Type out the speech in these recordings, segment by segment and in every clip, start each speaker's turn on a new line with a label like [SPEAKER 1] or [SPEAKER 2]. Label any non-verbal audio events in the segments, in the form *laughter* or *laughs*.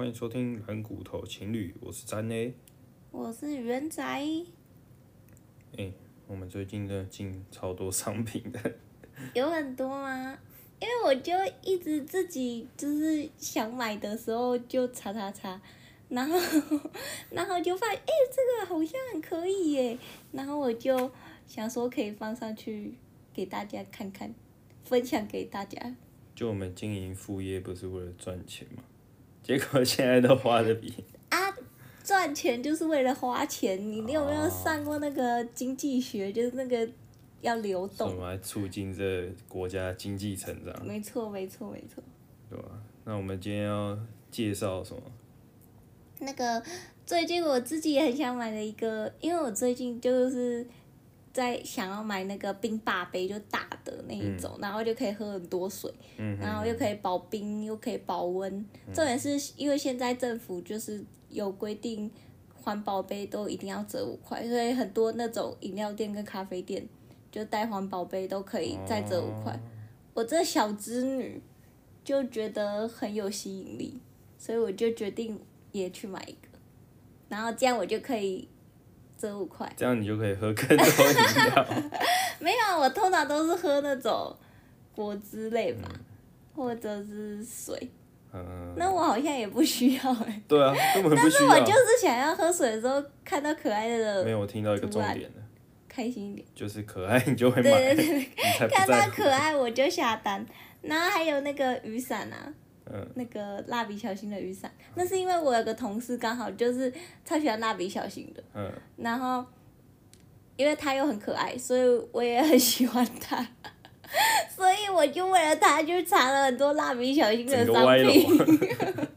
[SPEAKER 1] 迎收听蓝骨头情侣，我是詹 A。
[SPEAKER 2] 我是元仔，
[SPEAKER 1] 哎我们最近真的进超多商品的，
[SPEAKER 2] 有很多吗？因为我就一直自己就是想买的时候就查查查，然后 *laughs* 然后就发现哎、这个好像很可以耶，然后我就想说可以放上去给大家看看，分享给大家。
[SPEAKER 1] 就我们经营副业不是为了赚钱嘛？结果现在都花的比
[SPEAKER 2] 赚钱就是为了花钱，你有没有
[SPEAKER 1] 哦
[SPEAKER 2] 上过那个经济学？就是那个要流
[SPEAKER 1] 什
[SPEAKER 2] 动。
[SPEAKER 1] 么来促进这国家经济成长，
[SPEAKER 2] 没错，没错，没错。
[SPEAKER 1] 对吧？那我们今天要介绍什么？
[SPEAKER 2] 那个最近我自己也很想买的一个，因为我最近就是在想要买那个冰霸杯，就大的那一种，然后就可以喝很多水，
[SPEAKER 1] 嗯
[SPEAKER 2] 然后又可以保冰，又可以保温。重点是因为现在政府就是有规定。环保杯都一定要折五块，所以很多那种饮料店跟咖啡店就带环保杯都可以再折五块。我这小织女就觉得很有吸引力，所以我就决定也去买一个，然后这样我就可以折五块。
[SPEAKER 1] 这样你就可以喝更多饮料。
[SPEAKER 2] 没有，啊我通常都是喝那种果汁类吧，或者是水。
[SPEAKER 1] 嗯，
[SPEAKER 2] 那我好像也不需要哎、
[SPEAKER 1] 对啊，根本不需
[SPEAKER 2] 我 *laughs* 就
[SPEAKER 1] 要。
[SPEAKER 2] 是想要喝水的时候看到可爱
[SPEAKER 1] 没
[SPEAKER 2] 的，
[SPEAKER 1] 有，我听到一个重点了，
[SPEAKER 2] 开心一点。
[SPEAKER 1] 就是可爱你就会买，
[SPEAKER 2] 对对
[SPEAKER 1] 你
[SPEAKER 2] 对，
[SPEAKER 1] 才不
[SPEAKER 2] 看
[SPEAKER 1] 在
[SPEAKER 2] 到
[SPEAKER 1] 乎。
[SPEAKER 2] 可爱我就下单。然后还有那个雨伞啊，
[SPEAKER 1] 嗯，
[SPEAKER 2] 那个蜡笔小新的雨伞，那是因为我有个同事刚好就是超喜欢蜡笔小新的，
[SPEAKER 1] 嗯，
[SPEAKER 2] 然后因为他又很可爱，所以我也很喜欢他， *laughs* 所以我就为了他去查了很多蜡笔小新的
[SPEAKER 1] 整个
[SPEAKER 2] 商
[SPEAKER 1] 歪楼。啊
[SPEAKER 2] 品，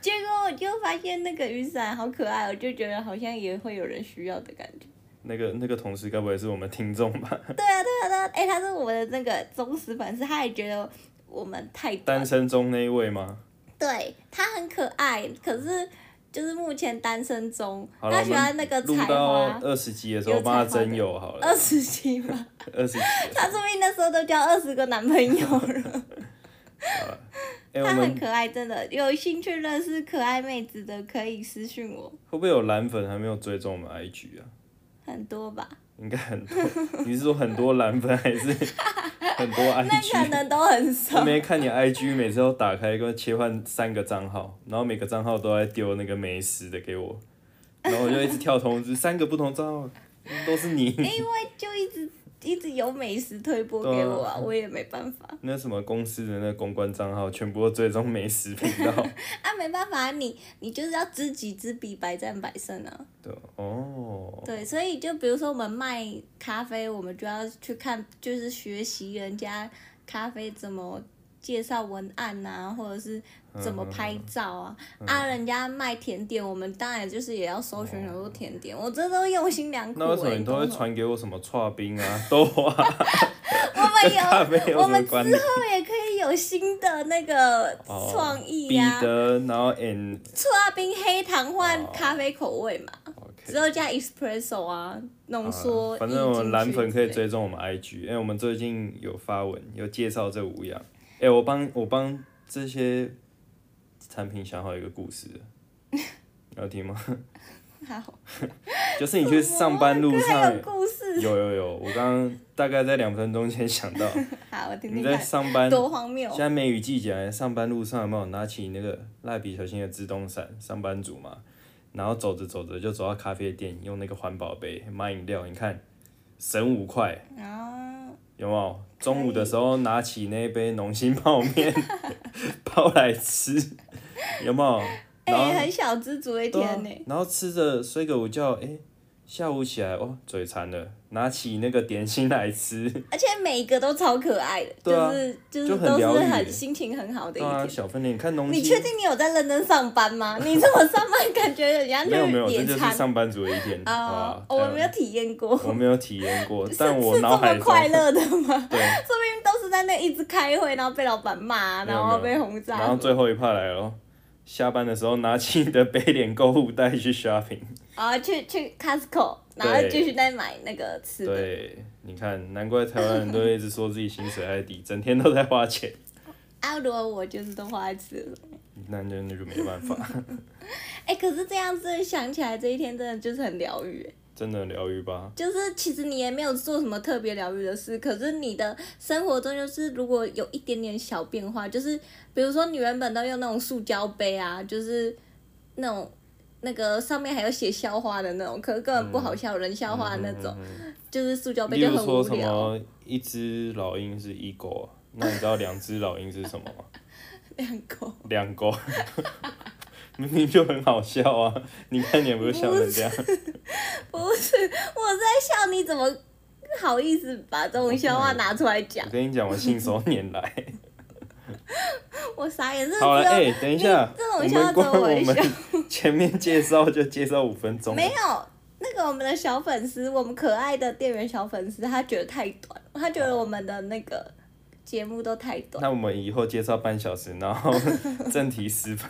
[SPEAKER 2] 结果我就发现那个雨伞好可爱，我就觉得好像也会有人需要的感
[SPEAKER 1] *laughs*
[SPEAKER 2] 觉。
[SPEAKER 1] 那个那个同事该不会是我们听众吧？
[SPEAKER 2] 对啊，对啊，对啊，哎、他是我的那个忠实粉丝，他也觉得我们太短
[SPEAKER 1] 单身中那一位吗？
[SPEAKER 2] 对他很可爱，可是就是目前单身中，
[SPEAKER 1] 好了
[SPEAKER 2] 他喜欢那个
[SPEAKER 1] 录
[SPEAKER 2] 才
[SPEAKER 1] 到
[SPEAKER 2] 华，
[SPEAKER 1] 二十集的时候帮他征友好了，
[SPEAKER 2] 二十七 *laughs* 吧，
[SPEAKER 1] 二十集。
[SPEAKER 2] 他说不定那时候都交二十个男朋友 *laughs* 了。
[SPEAKER 1] 哎、我
[SPEAKER 2] 他很
[SPEAKER 1] 们
[SPEAKER 2] 可爱，真的有兴趣认识可爱妹子的可以私讯我，
[SPEAKER 1] 会不会有蓝粉还没有追踪我们 IG 啊？
[SPEAKER 2] 很多吧，
[SPEAKER 1] 应该很多。你是说很多蓝粉还是很多
[SPEAKER 2] *laughs* 那可
[SPEAKER 1] IG？
[SPEAKER 2] 能都很
[SPEAKER 1] 我
[SPEAKER 2] *laughs* 少。
[SPEAKER 1] 没看你 IG，每次都打开跟切换三个账号，然后每个账号都在丢那个美食的给我，然后我就一直跳通知，三个不同账号都是
[SPEAKER 2] *laughs*
[SPEAKER 1] 你。
[SPEAKER 2] 因为就一直一直有美食推播给我 *laughs* 啊，我也没办法
[SPEAKER 1] 那什么公司的那个公关账号全部都追踪美食频道，
[SPEAKER 2] 啊，没办法，你你就是要知己知彼，百战百胜啊。
[SPEAKER 1] 对哦，
[SPEAKER 2] *laughs* 对，所以就比如说我们卖咖啡，我们就要去看，就是学习人家咖啡怎么介绍文案啊，或者是
[SPEAKER 1] 嗯
[SPEAKER 2] 怎么拍照啊。啊，人家卖甜点，我们当然就是也要搜寻很多甜点。我这都用心良苦、
[SPEAKER 1] 哦那为什么
[SPEAKER 2] 欸。
[SPEAKER 1] 你
[SPEAKER 2] 你
[SPEAKER 1] 都
[SPEAKER 2] 懂
[SPEAKER 1] 会
[SPEAKER 2] 吗
[SPEAKER 1] 传给我什么串冰啊、 *laughs* 豆花、
[SPEAKER 2] 我们
[SPEAKER 1] 咖啡有
[SPEAKER 2] 有，*laughs* 我
[SPEAKER 1] 什么
[SPEAKER 2] 们之后
[SPEAKER 1] 关联？
[SPEAKER 2] 也可以有新的那个
[SPEAKER 1] 哦
[SPEAKER 2] 创意
[SPEAKER 1] 彼
[SPEAKER 2] 呀、啊。
[SPEAKER 1] 得，然后 and
[SPEAKER 2] 搓冰黑糖换咖啡口味嘛，
[SPEAKER 1] 哦 OK，
[SPEAKER 2] 之后加 espresso 啊，浓缩、
[SPEAKER 1] 啊反正我们蓝粉可以
[SPEAKER 2] 追。
[SPEAKER 1] 追踪我们 IG，因为我们最近有发文有介绍这五样。哎、我帮我帮这些产品想好一个故事了，
[SPEAKER 2] *laughs*
[SPEAKER 1] 要听吗？
[SPEAKER 2] 好，
[SPEAKER 1] 就是你去上班路上
[SPEAKER 2] 还有故事。
[SPEAKER 1] 有有有，我刚刚大概在两分钟前想
[SPEAKER 2] *laughs*
[SPEAKER 1] 到，
[SPEAKER 2] 好，我听
[SPEAKER 1] 你
[SPEAKER 2] 听
[SPEAKER 1] 在
[SPEAKER 2] 看，
[SPEAKER 1] 上班
[SPEAKER 2] 多荒谬
[SPEAKER 1] 现！在梅雨季节，上班路上有没有拿起那个蜡笔小新的自动伞？上班族嘛，然后走着走着就走到咖啡店，用那个环保杯买饮料，你看省五块，
[SPEAKER 2] 然后
[SPEAKER 1] 有没有？中午的时候拿起那一杯浓心泡
[SPEAKER 2] *laughs*
[SPEAKER 1] 面泡来吃，有没有？
[SPEAKER 2] 哎、
[SPEAKER 1] 然后、
[SPEAKER 2] 很小知足的一
[SPEAKER 1] 对啊
[SPEAKER 2] 天呢、
[SPEAKER 1] 然后吃着睡个午觉，哎、下午起来哦嘴馋了，拿起那个点心来吃，
[SPEAKER 2] 而且每一个都超可爱的，
[SPEAKER 1] 啊对啊
[SPEAKER 2] 就是就是
[SPEAKER 1] 就很
[SPEAKER 2] 都
[SPEAKER 1] 疗
[SPEAKER 2] 是
[SPEAKER 1] 愈
[SPEAKER 2] 很心情很好的一
[SPEAKER 1] 对啊，
[SPEAKER 2] 天。
[SPEAKER 1] 小分点，你看浓
[SPEAKER 2] 你
[SPEAKER 1] 心
[SPEAKER 2] 确定你有在认真上班吗？ *laughs* 你这么上班，感觉人家
[SPEAKER 1] 没有没
[SPEAKER 2] 就
[SPEAKER 1] 有，这
[SPEAKER 2] 啊野
[SPEAKER 1] 就是
[SPEAKER 2] 餐
[SPEAKER 1] 上班族的一天，好不
[SPEAKER 2] 啊
[SPEAKER 1] 好、
[SPEAKER 2] *laughs* 哦我没有
[SPEAKER 1] 台
[SPEAKER 2] 体验过， *laughs*
[SPEAKER 1] 湾我没有体验过
[SPEAKER 2] 是，
[SPEAKER 1] 但我
[SPEAKER 2] 是
[SPEAKER 1] 脑
[SPEAKER 2] 这
[SPEAKER 1] 海
[SPEAKER 2] 么
[SPEAKER 1] 中
[SPEAKER 2] 快乐的
[SPEAKER 1] *laughs*
[SPEAKER 2] 吗？
[SPEAKER 1] 对，
[SPEAKER 2] 说不定都是在那一直开会，然后被老板骂，
[SPEAKER 1] 没有
[SPEAKER 2] 然后
[SPEAKER 1] 没
[SPEAKER 2] 被
[SPEAKER 1] 有 *laughs*
[SPEAKER 2] 轰炸。
[SPEAKER 1] 然后最后一趴来了，下班的时候拿起你的杯脸购物袋去
[SPEAKER 2] *laughs*
[SPEAKER 1] shopping，
[SPEAKER 2] 啊，去去 Costco，然后
[SPEAKER 1] 对
[SPEAKER 2] 继续再买那个吃的。
[SPEAKER 1] 对，你看，难怪台湾人都一直说自己薪水太低，整天都在花钱， *laughs*
[SPEAKER 2] 啊，如果我就是都花在吃的上面
[SPEAKER 1] 你那那那就没办法，
[SPEAKER 2] *laughs* 哎、可是这样子想起来，这一天真的就是很疗愈，哎
[SPEAKER 1] 真的很疗愈吧？
[SPEAKER 2] 就是其实你也没有做什么特别疗愈的事，可是你的生活中就是如果有一点点小变化，就是比如说你原本都用那种塑胶杯啊，就是那种那个上面还有写笑话的那种，可是根本不好笑，人笑话的那
[SPEAKER 1] 嗯
[SPEAKER 2] 种，就是塑胶杯
[SPEAKER 1] 例
[SPEAKER 2] 就
[SPEAKER 1] 如
[SPEAKER 2] 很
[SPEAKER 1] 说
[SPEAKER 2] 无
[SPEAKER 1] 什
[SPEAKER 2] 聊。
[SPEAKER 1] 么一只老鹰是一狗，那你知道两只老鹰是什么吗？
[SPEAKER 2] 两狗
[SPEAKER 1] 两狗， *laughs* 明明就很好笑啊！你看你有没有笑成这样？
[SPEAKER 2] 不是我在笑，你怎么好意思把这种笑话拿出来讲
[SPEAKER 1] 我？跟你讲，我信手拈
[SPEAKER 2] *laughs*
[SPEAKER 1] 来。
[SPEAKER 2] 我傻眼，这
[SPEAKER 1] 好了，
[SPEAKER 2] 只有
[SPEAKER 1] 哎、等一下，
[SPEAKER 2] 这种
[SPEAKER 1] 我
[SPEAKER 2] 笑
[SPEAKER 1] 们
[SPEAKER 2] 只有
[SPEAKER 1] 光
[SPEAKER 2] 我
[SPEAKER 1] 我
[SPEAKER 2] 会笑
[SPEAKER 1] 们前面介绍就介绍五分钟了，
[SPEAKER 2] 没有，那个我们的小粉丝，我们可爱的店员小粉丝，他觉得太短，他觉得我们的那个节目都太短。
[SPEAKER 1] 那我们以后介绍半小时，然
[SPEAKER 2] *laughs*
[SPEAKER 1] 后正题十分。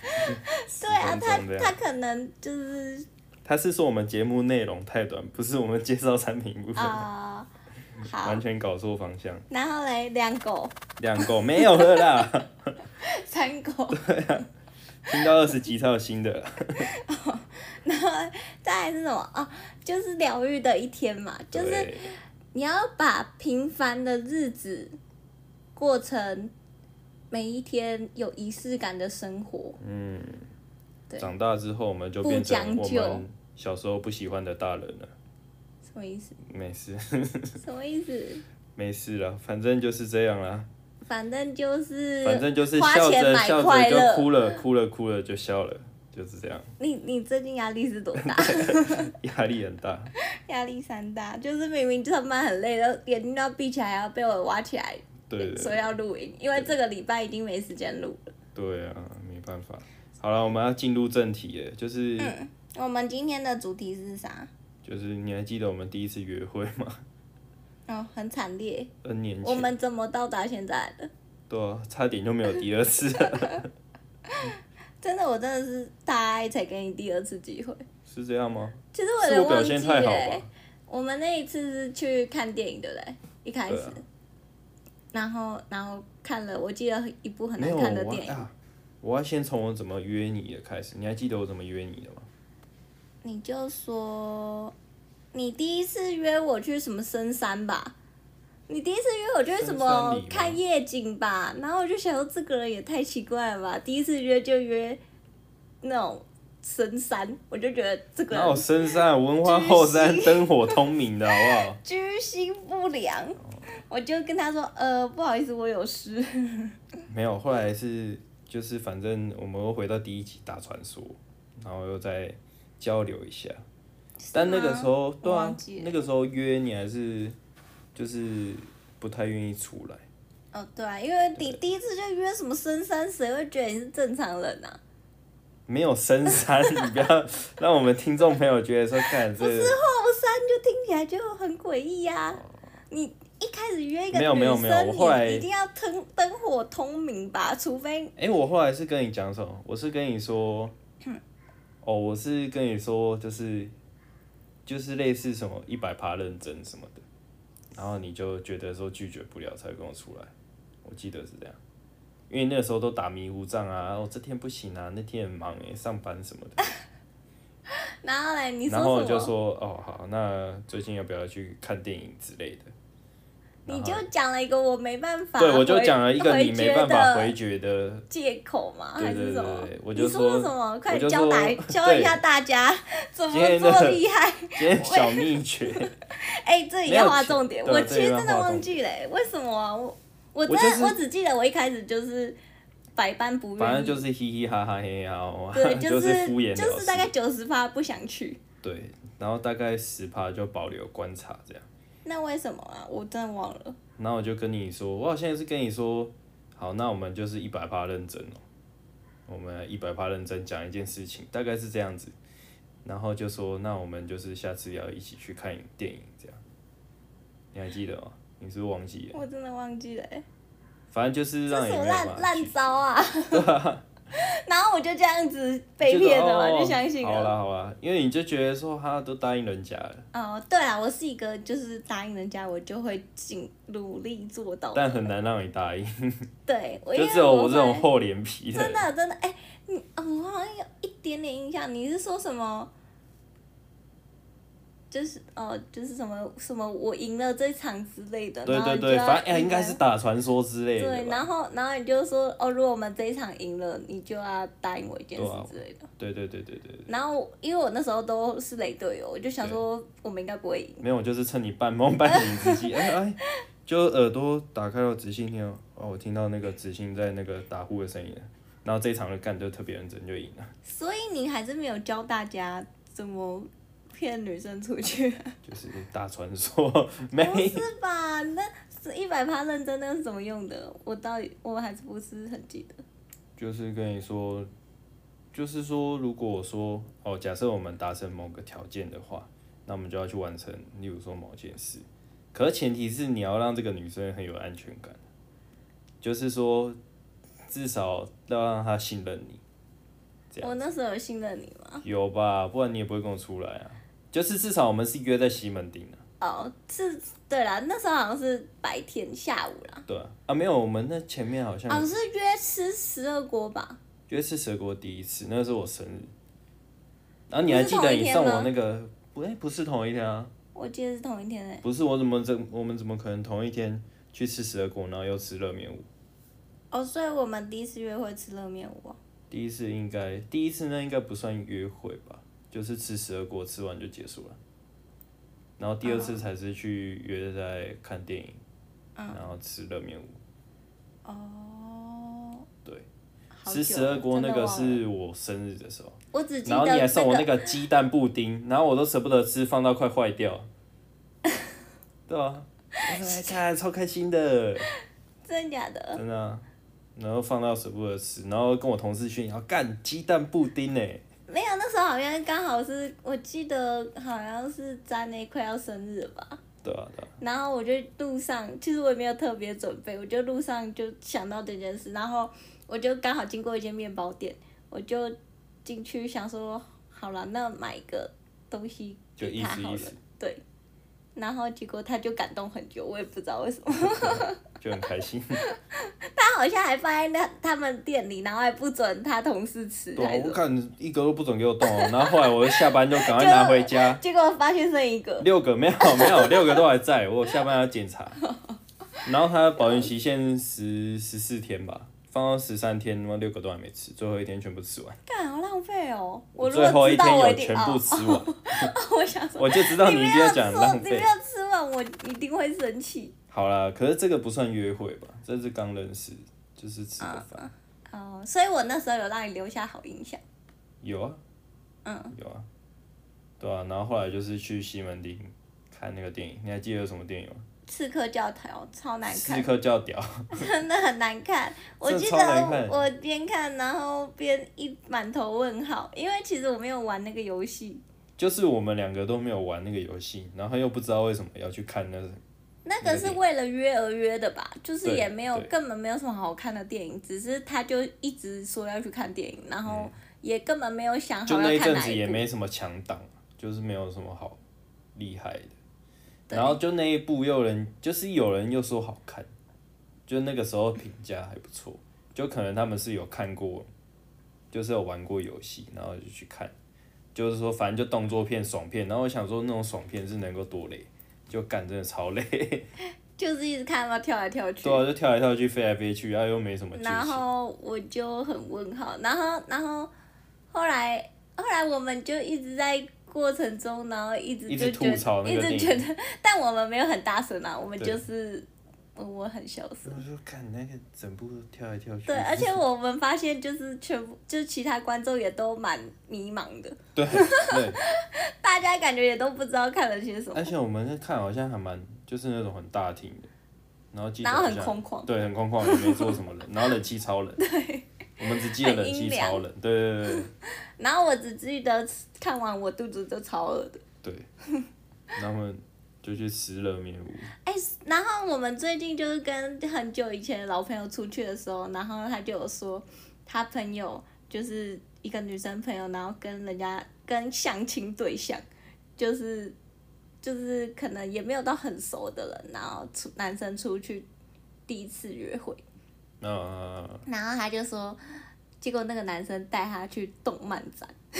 [SPEAKER 2] 对啊，
[SPEAKER 1] 10分
[SPEAKER 2] 他
[SPEAKER 1] 钟这样
[SPEAKER 2] 他可能就是
[SPEAKER 1] 他是说我们节目内容太短，不是我们介绍产品部分， *laughs*
[SPEAKER 2] 啊、好
[SPEAKER 1] 完，全搞错方向。
[SPEAKER 2] 然后嘞，两狗、
[SPEAKER 1] 两狗没有了
[SPEAKER 2] *laughs*
[SPEAKER 1] 啦，
[SPEAKER 2] 三狗， *laughs*
[SPEAKER 1] 听到二十集才有新的啦。
[SPEAKER 2] 然后再来是什么？哦，就是疗愈的一天嘛，就是
[SPEAKER 1] 对
[SPEAKER 2] 你要把平凡的日子过成每一天有仪式感的生活。
[SPEAKER 1] 嗯，
[SPEAKER 2] 对
[SPEAKER 1] 长大之后我们就
[SPEAKER 2] 不
[SPEAKER 1] 变成
[SPEAKER 2] 讲
[SPEAKER 1] 我
[SPEAKER 2] 究
[SPEAKER 1] 们小时候不喜欢的大人了。
[SPEAKER 2] 什么意思？
[SPEAKER 1] 没事，
[SPEAKER 2] 什么意思？
[SPEAKER 1] 没事了，反正就是这样啦。
[SPEAKER 2] 反正就是，
[SPEAKER 1] 反正就是
[SPEAKER 2] 花
[SPEAKER 1] 笑
[SPEAKER 2] 钱
[SPEAKER 1] 着
[SPEAKER 2] 买
[SPEAKER 1] 笑
[SPEAKER 2] 快
[SPEAKER 1] 着
[SPEAKER 2] 乐嗯
[SPEAKER 1] 就哭了，哭了哭了就笑了，就是这样，
[SPEAKER 2] 你你最近压力是多
[SPEAKER 1] *laughs*
[SPEAKER 2] 大？
[SPEAKER 1] 压力很大。
[SPEAKER 2] *laughs* 压力山大，就是明明上班很累，然后眼睛都要闭起来，还要被我挖起来
[SPEAKER 1] 对
[SPEAKER 2] 说要录影，因为这个礼拜已经没时间录了。
[SPEAKER 1] 对啊，没办法。好了，我们要进入正题耶，就是、
[SPEAKER 2] 我们今天的主题是啥？
[SPEAKER 1] 就是你还记得我们第一次约会
[SPEAKER 2] *laughs*
[SPEAKER 1] 吗？
[SPEAKER 2] 哦，很惨烈，
[SPEAKER 1] n 年前，
[SPEAKER 2] 我们怎么到达现在的？
[SPEAKER 1] 对啊，差点就没有第二
[SPEAKER 2] *laughs*
[SPEAKER 1] 次了，
[SPEAKER 2] 真的，我真的是大爱才给你第二次机会。
[SPEAKER 1] 是这样吗？
[SPEAKER 2] 其实有
[SPEAKER 1] 是
[SPEAKER 2] 点
[SPEAKER 1] 我表
[SPEAKER 2] 忘记
[SPEAKER 1] 现太好
[SPEAKER 2] 了欸
[SPEAKER 1] 吧？。
[SPEAKER 2] 我们那一次是去看电影，对不对？一开
[SPEAKER 1] 对
[SPEAKER 2] 始
[SPEAKER 1] 啊，
[SPEAKER 2] 然后然后看了，我记得一部很
[SPEAKER 1] 没
[SPEAKER 2] 难
[SPEAKER 1] 有，
[SPEAKER 2] 看的
[SPEAKER 1] 我
[SPEAKER 2] 电
[SPEAKER 1] 要
[SPEAKER 2] 影。
[SPEAKER 1] 啊，我要先从我怎么约你的开始。你还记得我怎么约你的吗？
[SPEAKER 2] 你就说，你第一次约我去什么深山吧？你第一次约我去什
[SPEAKER 1] 深山
[SPEAKER 2] 么
[SPEAKER 1] 里吗
[SPEAKER 2] 看夜景吧？然后我就想说，这个人也太奇怪了吧！第一次约就约那种深山，我就觉得这个
[SPEAKER 1] 哪有
[SPEAKER 2] 人
[SPEAKER 1] 深山文化后山灯火通明的好不好？
[SPEAKER 2] 居心不良。我就跟他说，呃，不好意思，我有事。
[SPEAKER 1] 没有，后来是就是反正我们又回到第一集打传说，然后又再交流一下。但那个时候，对
[SPEAKER 2] 我
[SPEAKER 1] 啊
[SPEAKER 2] 忘记，了
[SPEAKER 1] 那个时候约你还是就是不太愿意出来，
[SPEAKER 2] 哦，对啊，因为你第一次就约什么深山，谁会觉得你是正常人啊？
[SPEAKER 1] 没有深山， *laughs* 你不要让我们听众朋友觉得说，看这个
[SPEAKER 2] 后山就听起来就很诡异呀。你一开始约一个
[SPEAKER 1] 哦没有没有
[SPEAKER 2] 女
[SPEAKER 1] 没有
[SPEAKER 2] 生
[SPEAKER 1] 我后来
[SPEAKER 2] 你一定要灯灯火通明吧，除非
[SPEAKER 1] 哎、我后来是跟你讲什么？我是跟你说，哦，我是跟你说，就是就是类似什么一百趴认真什么的，然后你就觉得说拒绝不了，才跟我出来。我记得是这样，因为那时候都打迷糊仗啊，哦，这天不行啊，那天很忙哎、上班什么的。
[SPEAKER 2] 然后嘞，你说
[SPEAKER 1] 然后我
[SPEAKER 2] 什
[SPEAKER 1] 就
[SPEAKER 2] 么？
[SPEAKER 1] 说，哦，好，那最近要不要去看电影之类的？
[SPEAKER 2] 你就讲了一个我没办法
[SPEAKER 1] 对，我就
[SPEAKER 2] 回
[SPEAKER 1] 讲了一个你
[SPEAKER 2] 回
[SPEAKER 1] 没
[SPEAKER 2] 绝
[SPEAKER 1] 办法
[SPEAKER 2] 的
[SPEAKER 1] 回绝的 *laughs*
[SPEAKER 2] 借口嘛，
[SPEAKER 1] 对
[SPEAKER 2] 还是
[SPEAKER 1] 对
[SPEAKER 2] 什么
[SPEAKER 1] 对对？我就
[SPEAKER 2] 你说
[SPEAKER 1] 说
[SPEAKER 2] 什么？快
[SPEAKER 1] 我就
[SPEAKER 2] 点教
[SPEAKER 1] 说 *laughs*
[SPEAKER 2] 打教一下大家 *laughs* 怎
[SPEAKER 1] 今
[SPEAKER 2] 么
[SPEAKER 1] 天
[SPEAKER 2] 做
[SPEAKER 1] 的 *laughs*
[SPEAKER 2] 厉害。
[SPEAKER 1] 今天小秘诀。
[SPEAKER 2] 哎、这里
[SPEAKER 1] 没有
[SPEAKER 2] 要划
[SPEAKER 1] 其
[SPEAKER 2] 重点，
[SPEAKER 1] 对
[SPEAKER 2] 我
[SPEAKER 1] 这
[SPEAKER 2] 其
[SPEAKER 1] 里
[SPEAKER 2] 实
[SPEAKER 1] 要
[SPEAKER 2] 真的
[SPEAKER 1] 划
[SPEAKER 2] 忘
[SPEAKER 1] 重
[SPEAKER 2] 记了、为什么啊？我我真
[SPEAKER 1] 我
[SPEAKER 2] 的
[SPEAKER 1] 就是
[SPEAKER 2] 我只记得我一开始就是百般不愿意，
[SPEAKER 1] 反正就是嘻嘻哈哈嘿哈，哦
[SPEAKER 2] 对，
[SPEAKER 1] *laughs* 就是敷衍了事。
[SPEAKER 2] 就是大概九十趴不想去。
[SPEAKER 1] 对，然后大概十趴就保留观察这样。
[SPEAKER 2] 那为什么啊？我真的忘了。
[SPEAKER 1] 然后我就跟你说，我好像是跟你说，好，那我们就是一百趴认真哦，我们一百趴认真讲一件事情，大概是这样子。然后就说，那我们就是下次要一起去看电影这样。你还记得吗？你是不是忘记了？
[SPEAKER 2] 我真的忘记了、欸，
[SPEAKER 1] 反正就是
[SPEAKER 2] 这
[SPEAKER 1] 让你
[SPEAKER 2] 是什么
[SPEAKER 1] 没有办
[SPEAKER 2] 烂
[SPEAKER 1] 法去 *laughs*
[SPEAKER 2] 烂招啊！然后我就这样子被骗的嘛，就相信
[SPEAKER 1] 哦好
[SPEAKER 2] 了。
[SPEAKER 1] 啦好啦，因为你就觉得说他都答应人家了，
[SPEAKER 2] 哦，对啊，我是一个就是答应人家，我就会尽努力做到。
[SPEAKER 1] 但很难让你答应，
[SPEAKER 2] 对，我因
[SPEAKER 1] 就
[SPEAKER 2] 为
[SPEAKER 1] 只有我
[SPEAKER 2] 会
[SPEAKER 1] 这种厚脸皮的
[SPEAKER 2] 真
[SPEAKER 1] 人。
[SPEAKER 2] 的真的，哎、你哦，我好像有一点点印象，你是说什么？就是哦，就是什么什么，我赢了这场之类的，
[SPEAKER 1] 对
[SPEAKER 2] 然后
[SPEAKER 1] 对
[SPEAKER 2] 你就
[SPEAKER 1] 对，
[SPEAKER 2] 要
[SPEAKER 1] 反正哎、
[SPEAKER 2] 赢
[SPEAKER 1] 应该
[SPEAKER 2] 了
[SPEAKER 1] 是打传说之类的
[SPEAKER 2] 对，
[SPEAKER 1] 吧。
[SPEAKER 2] 然后然后你就说哦，如果我们这一场赢了，你就要答应我一件
[SPEAKER 1] 对
[SPEAKER 2] 事
[SPEAKER 1] 啊
[SPEAKER 2] 之类的。
[SPEAKER 1] 对对对对对对，
[SPEAKER 2] 然后因为我那时候都是雷队友，我就想说我们应该不会赢。
[SPEAKER 1] 没有，我就是趁你半梦半醒之际，哎哎，就耳朵打开了直信听哦，哦，我听到那个直信在那个打呼的声音了，然后这一场的干就特别认真就赢了，
[SPEAKER 2] 所以你还是没有教大家怎么骗女生出去， *laughs*
[SPEAKER 1] 就是大传说 *laughs* 没
[SPEAKER 2] 不是吧？那是一百趴认真，那是怎么用的？我到底我还是不是很记得？
[SPEAKER 1] 就是跟你说，就是说，如果说哦，假设我们达成某个条件的话，那我们就要去完成，例如说某件事。可是前提是你要让这个女生很有安全感，就是说，至少要让她信任你，这样
[SPEAKER 2] 我那时候有信任你吗？
[SPEAKER 1] 有吧？不然你也不会跟我出来啊。就是至少我们是约在西门町的、
[SPEAKER 2] 哦，是，对啦，那时候好像是白天下午啦，
[SPEAKER 1] 对啊，啊没有，我们那前面好像
[SPEAKER 2] 好像、是约吃十二锅吧？
[SPEAKER 1] 约吃蛇锅第一次，那是我生日。然后你还记
[SPEAKER 2] 不是
[SPEAKER 1] 得
[SPEAKER 2] 同一
[SPEAKER 1] 你
[SPEAKER 2] 天
[SPEAKER 1] 送
[SPEAKER 2] 吗
[SPEAKER 1] 我那个不？哎、不是同一天啊。
[SPEAKER 2] 我记得是同一天诶、
[SPEAKER 1] 不是我怎么怎我们怎么可能同一天去吃十二锅，然后又吃热面屋？
[SPEAKER 2] 哦，所以我们第一次约会吃热面屋、哦。
[SPEAKER 1] 第一次应该第一次那应该不算约会吧，就是吃十二锅吃完就结束了。然后第二次才是去约在看电影，
[SPEAKER 2] 嗯
[SPEAKER 1] 然后吃热面屋。
[SPEAKER 2] 哦，
[SPEAKER 1] 对，
[SPEAKER 2] 好久
[SPEAKER 1] 吃
[SPEAKER 2] 了
[SPEAKER 1] 十二锅那
[SPEAKER 2] 真
[SPEAKER 1] 个
[SPEAKER 2] 的忘了
[SPEAKER 1] 是我生日的时候，
[SPEAKER 2] 我只记得
[SPEAKER 1] 然后你还送我
[SPEAKER 2] 那
[SPEAKER 1] 那个鸡蛋布丁，然后我都舍不得吃，放到快坏掉。对啊，我说哎看超开心的。
[SPEAKER 2] 真的假的？
[SPEAKER 1] 真的啊、然后放到舍不得吃，然后跟我同事炫耀，干鸡蛋布丁欸呢、
[SPEAKER 2] 没有，那时候好像刚好是我记得好像是詹那快要生日了吧，
[SPEAKER 1] 对啊对啊，
[SPEAKER 2] 然后我就路上其实我也没有特别准备，我就路上就想到这件事，然后我就刚好经过一间面包店，我就进去想说，好了，那买一个东西
[SPEAKER 1] 就
[SPEAKER 2] 给
[SPEAKER 1] 意
[SPEAKER 2] 他
[SPEAKER 1] 思
[SPEAKER 2] 好
[SPEAKER 1] 意
[SPEAKER 2] 了
[SPEAKER 1] 思，
[SPEAKER 2] 对。然后结果他就感动很久，我也不知道为什么。
[SPEAKER 1] 就很开心。
[SPEAKER 2] 他好像还放在那他们店里，然后还不准他同事吃，
[SPEAKER 1] 对啊
[SPEAKER 2] 还，是
[SPEAKER 1] 我看一个都不准给我动哦、然后后来我下班就赶快拿回家，
[SPEAKER 2] 结果发现剩一个，
[SPEAKER 1] 六个没有没有，六个都还在，我下班要检查。然后它保鲜期限十十四天吧，放到十三天，那六个都还没吃，最后一天全部吃完。
[SPEAKER 2] 干好浪费哦！我如
[SPEAKER 1] 最
[SPEAKER 2] 果
[SPEAKER 1] 后
[SPEAKER 2] 知
[SPEAKER 1] 一
[SPEAKER 2] 道
[SPEAKER 1] 天
[SPEAKER 2] 我一
[SPEAKER 1] 有
[SPEAKER 2] 定
[SPEAKER 1] 全部
[SPEAKER 2] 哦，
[SPEAKER 1] 吃完，
[SPEAKER 2] *laughs* 我想说，
[SPEAKER 1] 我就知道
[SPEAKER 2] 你
[SPEAKER 1] 你一
[SPEAKER 2] 不
[SPEAKER 1] 定要
[SPEAKER 2] 要
[SPEAKER 1] 讲
[SPEAKER 2] 说
[SPEAKER 1] 浪
[SPEAKER 2] 你不
[SPEAKER 1] 费。
[SPEAKER 2] 要吃完，我一定会生气。
[SPEAKER 1] 好啦，可是这个不算约会吧？这是刚认识，就是吃个饭。
[SPEAKER 2] 哦，所以我那时候有让你留下好印象。
[SPEAKER 1] 有啊，
[SPEAKER 2] 嗯，
[SPEAKER 1] 有啊，对啊，然后后来就是去西门町看那个电影，你还记得有什么电影吗？
[SPEAKER 2] 《刺客教条》超难
[SPEAKER 1] 刺
[SPEAKER 2] 看，
[SPEAKER 1] 客教条，
[SPEAKER 2] 真的很难看。我
[SPEAKER 1] 真的
[SPEAKER 2] 记得
[SPEAKER 1] 超难看
[SPEAKER 2] 我边看然后边一满头问号，因为其实我没有玩那个游戏。
[SPEAKER 1] 就是我们两个都没有玩那个游戏，然后又不知道为什么要去看那个，
[SPEAKER 2] 那个是为了约而约的吧，就是
[SPEAKER 1] 对
[SPEAKER 2] 也没有
[SPEAKER 1] 对
[SPEAKER 2] 根本没有什么好看的电影，只是他就一直说要去看电影，然后也根本没有想
[SPEAKER 1] 嗯就
[SPEAKER 2] 好
[SPEAKER 1] 那
[SPEAKER 2] 要
[SPEAKER 1] 一
[SPEAKER 2] 看
[SPEAKER 1] 阵
[SPEAKER 2] 哪
[SPEAKER 1] 子
[SPEAKER 2] 一
[SPEAKER 1] 也
[SPEAKER 2] 部。
[SPEAKER 1] 没什么强档，就是没有什么好厉害的，
[SPEAKER 2] 对
[SPEAKER 1] 然后就那一部又有人就是有人又说好看，就那个时候评价还不错，就可能他们是有看过，就是有玩过游戏，然后就去看。就是说，反正就动作片、爽片，然后我想说那种爽片是能够多累，就干真的超累，
[SPEAKER 2] 就是一直看到跳来跳去
[SPEAKER 1] 对。啊，就跳来跳去、飞来飞去，然后又没什么剧
[SPEAKER 2] 然
[SPEAKER 1] 情，
[SPEAKER 2] 后我就很问号，然后然后后来后来我们就一直在过程中，然后一直
[SPEAKER 1] 一
[SPEAKER 2] 就
[SPEAKER 1] 直
[SPEAKER 2] 觉
[SPEAKER 1] 吐槽
[SPEAKER 2] 得
[SPEAKER 1] 那
[SPEAKER 2] 一
[SPEAKER 1] 个
[SPEAKER 2] 直
[SPEAKER 1] 电
[SPEAKER 2] 觉
[SPEAKER 1] 影。
[SPEAKER 2] 得， *laughs* 但我们没有很大声啊，我们
[SPEAKER 1] 对
[SPEAKER 2] 就是我我很小声。
[SPEAKER 1] 我就看那个整部都跳来跳去，
[SPEAKER 2] 对，而且我们发现就是全部就其他观众也都蛮迷茫的， *laughs*
[SPEAKER 1] 对对，
[SPEAKER 2] 大家感觉也都不知道看了些什么
[SPEAKER 1] 而，且我们那看好像还蛮就是那种很大厅的，然后记得
[SPEAKER 2] 然后很
[SPEAKER 1] 好像
[SPEAKER 2] 空旷
[SPEAKER 1] 对，很空旷，也没坐什么人，然后冷气超冷，我们只记得
[SPEAKER 2] 很
[SPEAKER 1] 冷
[SPEAKER 2] 阴
[SPEAKER 1] 气
[SPEAKER 2] 凉
[SPEAKER 1] 超冷，对对对对。
[SPEAKER 2] 然后我只记得看完我肚子就超饿的。
[SPEAKER 1] 对然后我们就去吃热面屋，
[SPEAKER 2] 哎、然后我们最近就是跟很久以前的老朋友出去的时候，然后他就有说，他朋友就是一个女生朋友，然后跟人家跟相亲对象，就是就是可能也没有到很熟的人，然后出男生出去第一次约会，
[SPEAKER 1] 那、呃、
[SPEAKER 2] 然后他就说，结果那个男生带他去动漫展， *laughs*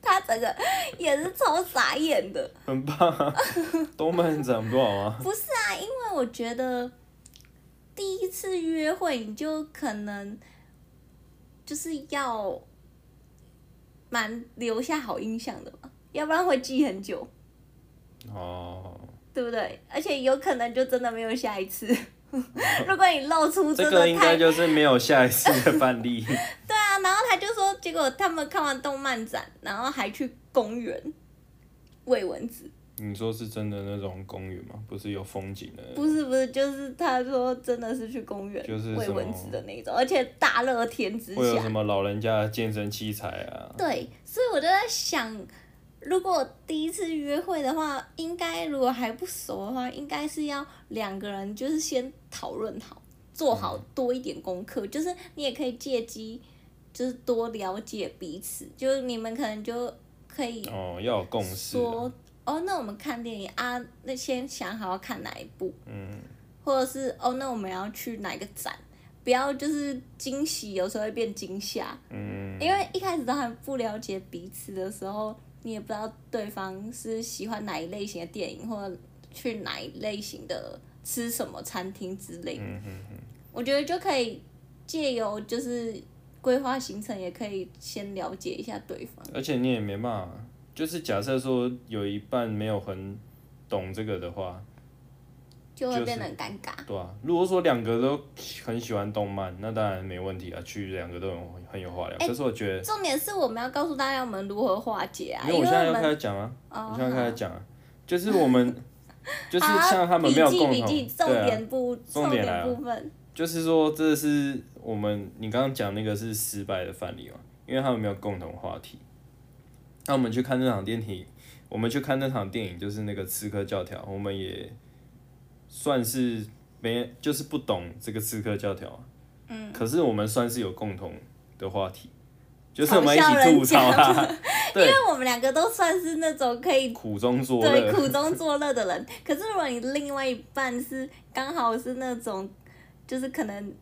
[SPEAKER 2] 他整个也是超傻眼的。
[SPEAKER 1] 很棒啊，动漫展不好吗？
[SPEAKER 2] 不是啊，因为我觉得第一次约会你就可能就是要蛮留下好印象的嘛，要不然会记很久，
[SPEAKER 1] 哦，
[SPEAKER 2] 对不对？而且有可能就真的没有下一次。 *laughs* 如果你露出
[SPEAKER 1] 这
[SPEAKER 2] 真的
[SPEAKER 1] 个应
[SPEAKER 2] 太
[SPEAKER 1] 该就是没有下一次的范例。 *laughs*
[SPEAKER 2] 对啊，然后他就说，结果他们看完动漫展，然后还去公园喂蚊子。
[SPEAKER 1] 你说是真的那种公园吗？不是有风景的，
[SPEAKER 2] 不是不是，就是他说真的是去公园
[SPEAKER 1] 就是
[SPEAKER 2] 喂
[SPEAKER 1] 什么
[SPEAKER 2] 蚊子的那种，而且大热天之
[SPEAKER 1] 会有什
[SPEAKER 2] 下。
[SPEAKER 1] 么老人家的健身器材啊？
[SPEAKER 2] 对，所以我就在想，如果第一次约会的话，应该如果还不熟的话，应该是要两个人就是先讨论好，做好多一点功课，就是你也可以借机就是多了解彼此，就是你们可能就可以
[SPEAKER 1] 哦，要有共识、啊
[SPEAKER 2] 说。哦，那我们看电影啊，那先想好要看哪一部，
[SPEAKER 1] 嗯，
[SPEAKER 2] 或者是哦，那我们要去哪个展，不要就是惊喜，有时候会变惊吓，
[SPEAKER 1] 嗯，
[SPEAKER 2] 因为一开始都还不了解彼此的时候，你也不知道对方是喜欢哪一类型的电影，或者去哪一类型的吃什么餐厅之类的。
[SPEAKER 1] 嗯嗯嗯
[SPEAKER 2] 我觉得就可以借由就是规划行程，也可以先了解一下对方。
[SPEAKER 1] 而且你也没办法，就是假设说有一半没有很懂这个的话，
[SPEAKER 2] 就会
[SPEAKER 1] 就是
[SPEAKER 2] 变得很尴尬，
[SPEAKER 1] 对啊，如果说两个都很喜欢动漫，那当然没问题啊，去两个都很很有话聊。
[SPEAKER 2] 哎
[SPEAKER 1] 可是我觉得，
[SPEAKER 2] 重点是我们要告诉大家我们如何化解啊，
[SPEAKER 1] 因为
[SPEAKER 2] 因
[SPEAKER 1] 我
[SPEAKER 2] 为
[SPEAKER 1] 现在要
[SPEAKER 2] 我
[SPEAKER 1] 开
[SPEAKER 2] 们
[SPEAKER 1] 始讲啊，
[SPEAKER 2] 哦
[SPEAKER 1] 我现在开始讲啊，就是我
[SPEAKER 2] *laughs*
[SPEAKER 1] 们，就是
[SPEAKER 2] 好
[SPEAKER 1] 像他们没有
[SPEAKER 2] 笔
[SPEAKER 1] 共
[SPEAKER 2] 记笔
[SPEAKER 1] 同
[SPEAKER 2] 记，重
[SPEAKER 1] 对啊，
[SPEAKER 2] 点部、
[SPEAKER 1] 重点来
[SPEAKER 2] 点
[SPEAKER 1] 啊
[SPEAKER 2] 部分，
[SPEAKER 1] 就是说这是我们你刚刚讲那个是失败的范例嘛，因为他们没有共同话题。那我们去看那场电影，我们去看那场电影就是那个《刺客教条》，我们也算是没就是不懂这个《刺客教条》啊，嗯，可是我们算是有共同的话题，就是我们一起吐槽
[SPEAKER 2] 嘲
[SPEAKER 1] 他，
[SPEAKER 2] 因
[SPEAKER 1] 对，
[SPEAKER 2] 为我们两个都算是那种可以
[SPEAKER 1] 苦中作
[SPEAKER 2] 对
[SPEAKER 1] 乐，*laughs*
[SPEAKER 2] 苦中作乐的人。可是如果你另外一半是刚好是那种，就是可能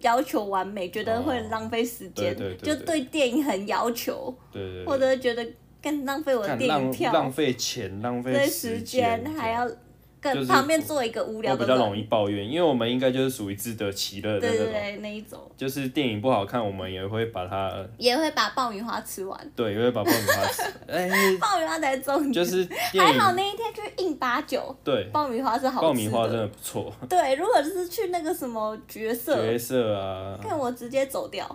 [SPEAKER 2] 要求完美，觉得会
[SPEAKER 1] 哦
[SPEAKER 2] 浪费时
[SPEAKER 1] 对
[SPEAKER 2] 间，
[SPEAKER 1] 对对
[SPEAKER 2] 就
[SPEAKER 1] 对
[SPEAKER 2] 对电影很要求，
[SPEAKER 1] 对对
[SPEAKER 2] 或
[SPEAKER 1] 对，
[SPEAKER 2] 者觉得更浪费我的
[SPEAKER 1] 看
[SPEAKER 2] 电影
[SPEAKER 1] 浪浪
[SPEAKER 2] 票，
[SPEAKER 1] 费钱，浪费
[SPEAKER 2] 对
[SPEAKER 1] 时
[SPEAKER 2] 间还要
[SPEAKER 1] 就
[SPEAKER 2] 更
[SPEAKER 1] 是
[SPEAKER 2] 旁边做一个无聊
[SPEAKER 1] 我
[SPEAKER 2] 的
[SPEAKER 1] 比较容
[SPEAKER 2] 人，
[SPEAKER 1] 易抱怨，因为我们应该就是属于自得其乐的
[SPEAKER 2] 对
[SPEAKER 1] 那
[SPEAKER 2] 对
[SPEAKER 1] 种，
[SPEAKER 2] 对，那一种
[SPEAKER 1] 就是电影不好看，我们也会把它，呃
[SPEAKER 2] 也会把爆米花吃完，
[SPEAKER 1] 对，也会把爆米花
[SPEAKER 2] *laughs*
[SPEAKER 1] 吃，哎、
[SPEAKER 2] 爆米花才是重
[SPEAKER 1] *laughs*
[SPEAKER 2] 点。
[SPEAKER 1] 就是电
[SPEAKER 2] 还好
[SPEAKER 1] 影，
[SPEAKER 2] 那一天去硬八九，
[SPEAKER 1] 对，
[SPEAKER 2] 爆米花是好吃的。
[SPEAKER 1] 爆米花真的不错，
[SPEAKER 2] 对，如果是去那个什么角色
[SPEAKER 1] 角，色啊，
[SPEAKER 2] 看我直接走
[SPEAKER 1] *laughs*
[SPEAKER 2] 掉，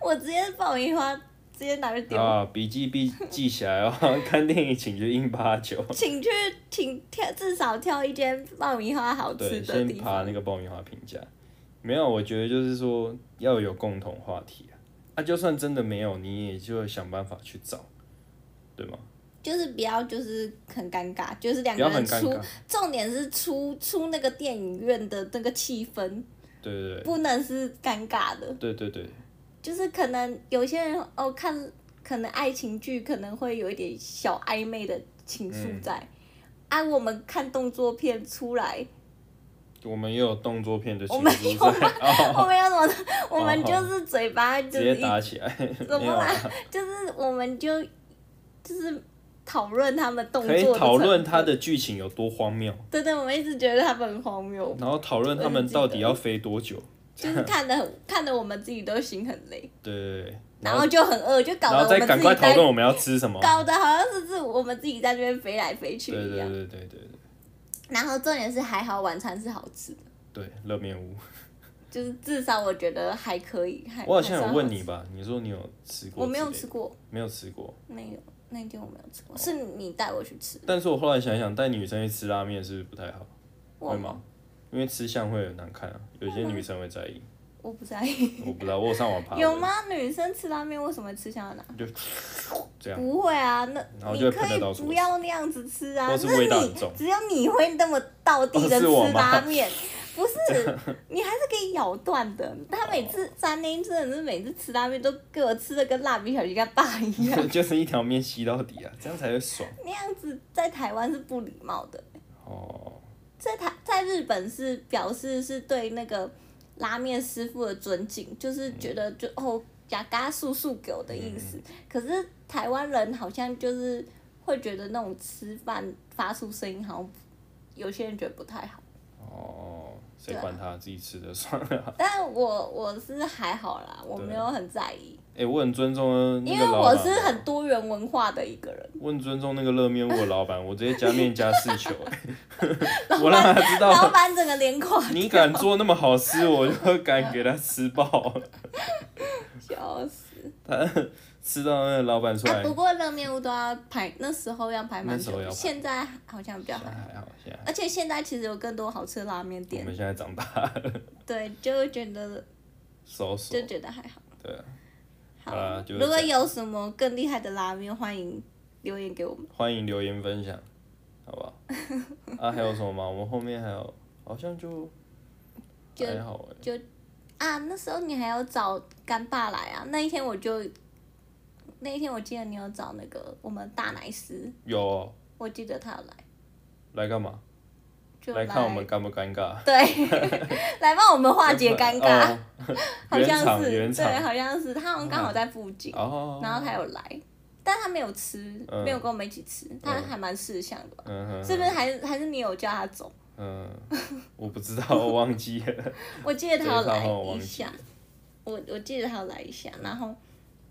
[SPEAKER 2] 我直接爆米花直接拿去丢，
[SPEAKER 1] 啊，笔记必记起来哦， *laughs* 看电影请去硬八九，
[SPEAKER 2] *laughs* 请去请挑至少挑一间爆米花好吃
[SPEAKER 1] 对，
[SPEAKER 2] 的
[SPEAKER 1] 先
[SPEAKER 2] 地
[SPEAKER 1] 爬
[SPEAKER 2] 方
[SPEAKER 1] 那。个爆米花评价，没有，我觉得就是说要有共同话题啊，啊，就算真的没有，你也就想办法去找，对吗？
[SPEAKER 2] 就是不要就是很尴尬，就是两
[SPEAKER 1] 不
[SPEAKER 2] 个
[SPEAKER 1] 要很
[SPEAKER 2] 人
[SPEAKER 1] 尴
[SPEAKER 2] 出
[SPEAKER 1] 尬，，
[SPEAKER 2] 重点是出出那个电影院的那个气氛，
[SPEAKER 1] 对对对，
[SPEAKER 2] 不能是尴尬的。
[SPEAKER 1] 对对对。
[SPEAKER 2] 就是可能有些人哦看可能爱情剧可能会有一点小暧昧的情
[SPEAKER 1] 嗯
[SPEAKER 2] 愫在，啊，我们看动作片出来，
[SPEAKER 1] 我们也有动作片的
[SPEAKER 2] 我
[SPEAKER 1] 情
[SPEAKER 2] 们
[SPEAKER 1] 书
[SPEAKER 2] 有
[SPEAKER 1] 在， *laughs* 哦，
[SPEAKER 2] 我们要怎么，我
[SPEAKER 1] 哦
[SPEAKER 2] 们
[SPEAKER 1] 好
[SPEAKER 2] 就是嘴巴 *laughs* 就
[SPEAKER 1] 直
[SPEAKER 2] 是
[SPEAKER 1] 接
[SPEAKER 2] 一
[SPEAKER 1] 打起来，
[SPEAKER 2] 怎
[SPEAKER 1] 没
[SPEAKER 2] 么
[SPEAKER 1] 有
[SPEAKER 2] 啦
[SPEAKER 1] 啊，
[SPEAKER 2] 就是我们就就是讨论他们动作
[SPEAKER 1] 可
[SPEAKER 2] 的
[SPEAKER 1] 以
[SPEAKER 2] 程度，
[SPEAKER 1] 讨论它的剧情有多荒谬，
[SPEAKER 2] 对对，我们一直觉得他们很
[SPEAKER 1] *laughs*
[SPEAKER 2] 荒谬，
[SPEAKER 1] 然后讨论他们到底要飞多久，
[SPEAKER 2] 就是看的很看的我们自己都心很累，
[SPEAKER 1] 对对对，
[SPEAKER 2] 然
[SPEAKER 1] 然
[SPEAKER 2] 后
[SPEAKER 1] 后
[SPEAKER 2] 就很饿，就搞
[SPEAKER 1] 然后
[SPEAKER 2] 得我
[SPEAKER 1] 再
[SPEAKER 2] 们
[SPEAKER 1] 赶
[SPEAKER 2] 自
[SPEAKER 1] 快
[SPEAKER 2] 己
[SPEAKER 1] 讨论
[SPEAKER 2] 在
[SPEAKER 1] 我们要吃什么，
[SPEAKER 2] *laughs* 搞得好像是是我们自己在那边飞来飞去
[SPEAKER 1] 对
[SPEAKER 2] 一
[SPEAKER 1] 对
[SPEAKER 2] 样。
[SPEAKER 1] 对对对对
[SPEAKER 2] 然后重点是还好晚餐是好吃的，
[SPEAKER 1] 对，热面屋，
[SPEAKER 2] 就是至少我觉得还可以。还
[SPEAKER 1] 我好像有问，
[SPEAKER 2] 还算好
[SPEAKER 1] 你吧，你说你有吃
[SPEAKER 2] 吃
[SPEAKER 1] 过，
[SPEAKER 2] 我没有吃，过，
[SPEAKER 1] 没有吃过，
[SPEAKER 2] 那个那一天我没有吃过，是你带我去吃，
[SPEAKER 1] 但是我后来想一想，带女生去吃拉面是不是不太好，
[SPEAKER 2] 我
[SPEAKER 1] 会吗？？因为吃相会很难看啊，有些女生会在意，
[SPEAKER 2] 我不在意。
[SPEAKER 1] 我不知道，我有上网爬文，
[SPEAKER 2] 有吗？女生吃拉面为什么会吃香辣
[SPEAKER 1] 就这样，
[SPEAKER 2] 奶？
[SPEAKER 1] *laughs*
[SPEAKER 2] 不会啊，那
[SPEAKER 1] 然后
[SPEAKER 2] 你
[SPEAKER 1] 就会
[SPEAKER 2] 可
[SPEAKER 1] 喷得
[SPEAKER 2] 以
[SPEAKER 1] 到处
[SPEAKER 2] 不要那样子吃啊，
[SPEAKER 1] 或
[SPEAKER 2] 那
[SPEAKER 1] 是味道
[SPEAKER 2] 你
[SPEAKER 1] 很重
[SPEAKER 2] 只有你会那么到地的
[SPEAKER 1] 哦是我
[SPEAKER 2] 吃
[SPEAKER 1] 吗 *laughs*
[SPEAKER 2] 拉面，不是，你还是可以咬断的。他每次三天真的是每次吃拉面都给我吃的跟蜡笔小新跟爸一样，
[SPEAKER 1] 就是一条面吸到底啊，这样才会爽。
[SPEAKER 2] 那样子在台湾是不礼貌的。
[SPEAKER 1] 哦，
[SPEAKER 2] 在台在日本是表示是对那个拉面师傅的尊敬，就是觉得就、哦，加嘎素素狗的意
[SPEAKER 1] 嗯
[SPEAKER 2] 思。可是台湾人好像就是会觉得那种吃饭发出声音，好像有些人觉得不太
[SPEAKER 1] *laughs*
[SPEAKER 2] 好。
[SPEAKER 1] 哦，谁
[SPEAKER 2] 对啊
[SPEAKER 1] 管他，自己吃的
[SPEAKER 2] *laughs*
[SPEAKER 1] 算了。
[SPEAKER 2] 但我我是还好啦，我没有很在意，
[SPEAKER 1] 哎、我很尊重那
[SPEAKER 2] 因
[SPEAKER 1] 个
[SPEAKER 2] 为
[SPEAKER 1] 老
[SPEAKER 2] 我
[SPEAKER 1] 板，
[SPEAKER 2] 是很多元文化的一个人。
[SPEAKER 1] 我很尊重那个热面屋的老板，我直接加面加四
[SPEAKER 2] *laughs*
[SPEAKER 1] 球、欸
[SPEAKER 2] 老
[SPEAKER 1] 我让他知
[SPEAKER 2] *laughs* 老
[SPEAKER 1] 道
[SPEAKER 2] 板整个脸垮掉，
[SPEAKER 1] 你敢做那么好吃，我就敢给他吃爆。 *laughs*
[SPEAKER 2] 笑死！
[SPEAKER 1] 他吃到那个老板出
[SPEAKER 2] 啊，
[SPEAKER 1] 来，
[SPEAKER 2] 不过热面屋都要排，那时候要排蛮
[SPEAKER 1] 那时候
[SPEAKER 2] 久的，
[SPEAKER 1] 要排
[SPEAKER 2] 现在好像比较
[SPEAKER 1] 现
[SPEAKER 2] 还
[SPEAKER 1] 在
[SPEAKER 2] 好。
[SPEAKER 1] 还好，哎现在还好
[SPEAKER 2] 而且现在其实有更多好吃的拉面
[SPEAKER 1] 我
[SPEAKER 2] 店，
[SPEAKER 1] 们现在长大了， *laughs*
[SPEAKER 2] 对，就会觉得
[SPEAKER 1] 收手
[SPEAKER 2] 就。觉得还好。
[SPEAKER 1] 对啊，好啦
[SPEAKER 2] 好，
[SPEAKER 1] 就是
[SPEAKER 2] 如果
[SPEAKER 1] 这样
[SPEAKER 2] 有什么更厉害的拉面，欢迎留言给我们。
[SPEAKER 1] 欢迎留言分享，好不好？啊，还有什么吗？我们后面还有，好像就
[SPEAKER 2] 就
[SPEAKER 1] 还好哎、
[SPEAKER 2] 啊，那时候你还要找干爸来啊？那一天我就，那一天我记得你有找那个我们大奶师，
[SPEAKER 1] 有哦
[SPEAKER 2] 我记得他有来，
[SPEAKER 1] 来干嘛？
[SPEAKER 2] 就
[SPEAKER 1] 来看我们尴不尴尬？ *laughs*
[SPEAKER 2] 对，来帮我们化解尴尬，
[SPEAKER 1] 哦。
[SPEAKER 2] *laughs* 好像
[SPEAKER 1] 原厂
[SPEAKER 2] 是
[SPEAKER 1] 原厂嗯
[SPEAKER 2] 对，好像是他好像刚好在附近，
[SPEAKER 1] 哦，
[SPEAKER 2] 然后他有来，但他没有吃，
[SPEAKER 1] 嗯
[SPEAKER 2] 没有跟我们一起吃，他还蛮识相的吧。
[SPEAKER 1] 嗯哼，
[SPEAKER 2] 是不是还是还是你有叫他走？
[SPEAKER 1] 嗯，我不知道，我忘记了。
[SPEAKER 2] 我记得他有来
[SPEAKER 1] 这一套我哦忘
[SPEAKER 2] 一
[SPEAKER 1] 记
[SPEAKER 2] 下
[SPEAKER 1] 了，
[SPEAKER 2] 我我记得他有来一下，然后 *laughs*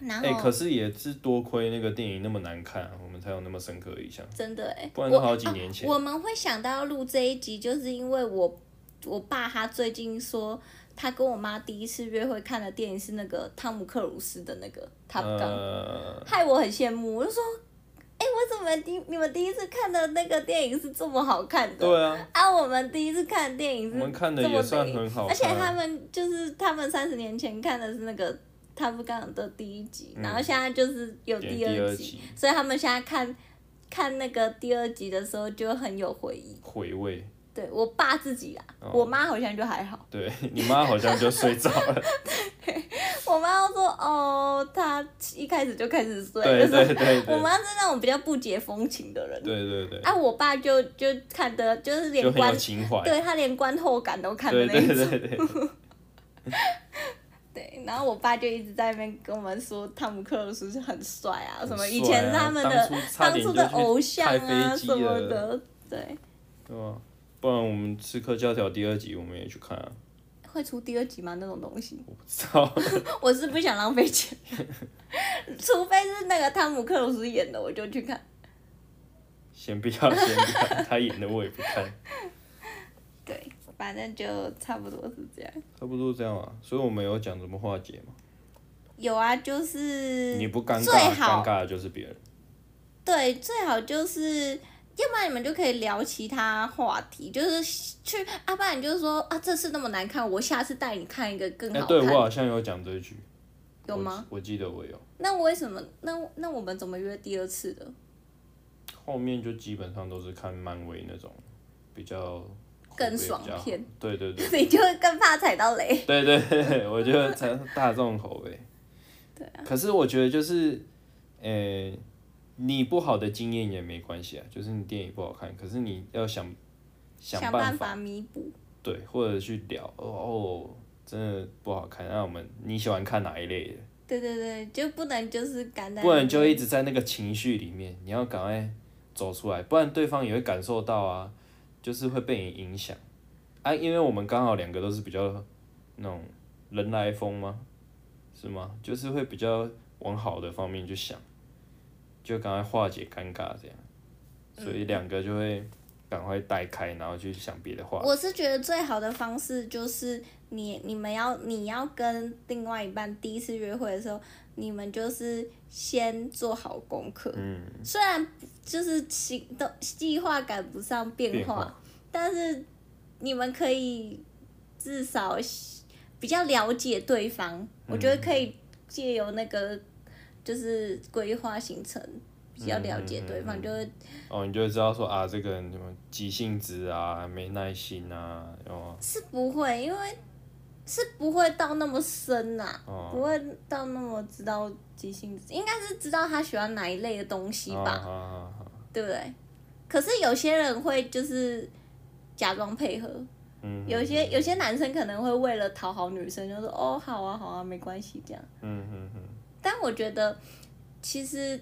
[SPEAKER 2] 然
[SPEAKER 1] 哎、
[SPEAKER 2] 后、
[SPEAKER 1] 可是也是多亏那个电影那么难看，我们才有那么深刻的印象。
[SPEAKER 2] 真的哎、
[SPEAKER 1] 不然都
[SPEAKER 2] 我
[SPEAKER 1] 好几年前。
[SPEAKER 2] 我们会想到要录这一集，就是因为我我爸他最近说。他跟我妈第一次约会看的电影是那个汤姆克鲁斯的那个《Top Gun》，
[SPEAKER 1] 呃，
[SPEAKER 2] 害我很羡慕。我就说，哎、我怎么第你们第一次看的那个电影是这么好看的？
[SPEAKER 1] 对啊，
[SPEAKER 2] 啊，我们第一次看电影
[SPEAKER 1] 我
[SPEAKER 2] 是
[SPEAKER 1] 们看的
[SPEAKER 2] 这么
[SPEAKER 1] 也算
[SPEAKER 2] 雷
[SPEAKER 1] 很好
[SPEAKER 2] 而且他
[SPEAKER 1] 看。
[SPEAKER 2] 们就是他们三十年前看的是那个《他不刚的第一集，然后现在就是有
[SPEAKER 1] 嗯演
[SPEAKER 2] 第
[SPEAKER 1] 第
[SPEAKER 2] 二
[SPEAKER 1] 二
[SPEAKER 2] 集
[SPEAKER 1] 集，
[SPEAKER 2] 所以他们现在看看那个第二集的时候就很有回忆。
[SPEAKER 1] 回味，
[SPEAKER 2] 对我爸自己啦，
[SPEAKER 1] 哦
[SPEAKER 2] 我妈好像就还好。 *laughs*
[SPEAKER 1] 对 *laughs* 你妈好像就睡着了，
[SPEAKER 2] 我妈都说哦，她一开始就开始睡，
[SPEAKER 1] 对
[SPEAKER 2] 就是
[SPEAKER 1] 对对
[SPEAKER 2] *laughs*
[SPEAKER 1] 对
[SPEAKER 2] 我
[SPEAKER 1] 对
[SPEAKER 2] 妈是那种比较不解风情的人。
[SPEAKER 1] 对对，
[SPEAKER 2] 啊，我爸就就看的，就是
[SPEAKER 1] 就
[SPEAKER 2] 连
[SPEAKER 1] 很有
[SPEAKER 2] 观，
[SPEAKER 1] 情怀，
[SPEAKER 2] 对他连观后感都看的
[SPEAKER 1] 对
[SPEAKER 2] 那一
[SPEAKER 1] 对
[SPEAKER 2] 种。
[SPEAKER 1] 对对，
[SPEAKER 2] 对，然后我爸就一直在那边跟我们说，汤姆克鲁斯是很帅啊，
[SPEAKER 1] 很
[SPEAKER 2] 什么
[SPEAKER 1] 帅
[SPEAKER 2] 以前是
[SPEAKER 1] 啊
[SPEAKER 2] 他们
[SPEAKER 1] 当
[SPEAKER 2] 的
[SPEAKER 1] 初差
[SPEAKER 2] 当
[SPEAKER 1] 点
[SPEAKER 2] 初
[SPEAKER 1] 就
[SPEAKER 2] 的
[SPEAKER 1] 去
[SPEAKER 2] 偶像
[SPEAKER 1] 开
[SPEAKER 2] 啊
[SPEAKER 1] 飞机
[SPEAKER 2] 什么
[SPEAKER 1] 了
[SPEAKER 2] 的，对，
[SPEAKER 1] 对啊，不然我们刺客教条第二集我们也去看啊，
[SPEAKER 2] 会出第二集吗？那种东西， *laughs*
[SPEAKER 1] 我不知道，
[SPEAKER 2] 我是不想浪费钱， *laughs* 除非是那个汤姆克鲁斯演的，我就去看。
[SPEAKER 1] 先不要先不要，他演的我也不看，
[SPEAKER 2] 对，反正就差不多是这样。
[SPEAKER 1] 差不多这样啊，所以我们有讲怎么化解嘛，
[SPEAKER 2] 有啊，就是
[SPEAKER 1] 你不尴
[SPEAKER 2] 最
[SPEAKER 1] 尬，
[SPEAKER 2] 好
[SPEAKER 1] 尴尬的就是别人，
[SPEAKER 2] 对，最好就是，要不然你们就可以聊其他话题，就是去，啊，不然你就说啊，这次那么难看，我下次带你看一个更
[SPEAKER 1] 哎、
[SPEAKER 2] 好看
[SPEAKER 1] 对我
[SPEAKER 2] 的，
[SPEAKER 1] 好像有讲这一句，
[SPEAKER 2] 有吗？
[SPEAKER 1] 我？我记得我有，
[SPEAKER 2] 那为什么？那那我们怎么约第二次的？
[SPEAKER 1] 后面就基本上都是看漫威那种比较。
[SPEAKER 2] 更爽
[SPEAKER 1] 口碑比较好
[SPEAKER 2] 片，
[SPEAKER 1] 对对对，
[SPEAKER 2] *laughs* 你就会更怕踩到雷。
[SPEAKER 1] 对对对，我觉得才大众口味。对啊。可是我觉得就是，呃、你不好的经验也没关系啊，就是你电影不好看，可是你要想想
[SPEAKER 2] 想
[SPEAKER 1] 办
[SPEAKER 2] 办法弥补。
[SPEAKER 1] 对，或者去聊哦哦，真的不好看，那我们你喜欢看哪一类的？
[SPEAKER 2] 对对对，就不能就是感染。
[SPEAKER 1] 不然就一直在那个情绪里面，你要赶快走出来，不然对方也会感受到啊，就是会被你影响啊。因为我们刚好两个都是比较那种人来疯吗？是吗？就是会比较往好的方面去想，就赶快化解尴尬这样，所以两个就会赶快带开，然后去想别的话。
[SPEAKER 2] 我是觉得最好的方式就是你你们要你要跟另外一半第一次约会的时候，你们就是先做好功课。
[SPEAKER 1] 嗯，
[SPEAKER 2] 虽然就是行动计划赶不上变
[SPEAKER 1] 变
[SPEAKER 2] 化，
[SPEAKER 1] 化
[SPEAKER 2] 但是你们可以至少比较了解对
[SPEAKER 1] 嗯
[SPEAKER 2] 方，我觉得可以借由那个就是规划行程，比较了解对方，就会
[SPEAKER 1] 哦，你就会知道说啊，这个人什么急性子啊，没耐心啊，哦
[SPEAKER 2] 是不会，因为是不会到那么深呐、不
[SPEAKER 1] 哦，
[SPEAKER 2] 会到那么知道即兴，应该是知道他喜欢哪一类的东西
[SPEAKER 1] 啊
[SPEAKER 2] 吧，
[SPEAKER 1] 啊啊啊
[SPEAKER 2] 对不对？可是有些人会就是假装配合，
[SPEAKER 1] 嗯，
[SPEAKER 2] 有些有些男生可能会为了讨好女生，就说哦好啊好啊没关系这样。
[SPEAKER 1] 嗯嗯嗯
[SPEAKER 2] 但我觉得，其实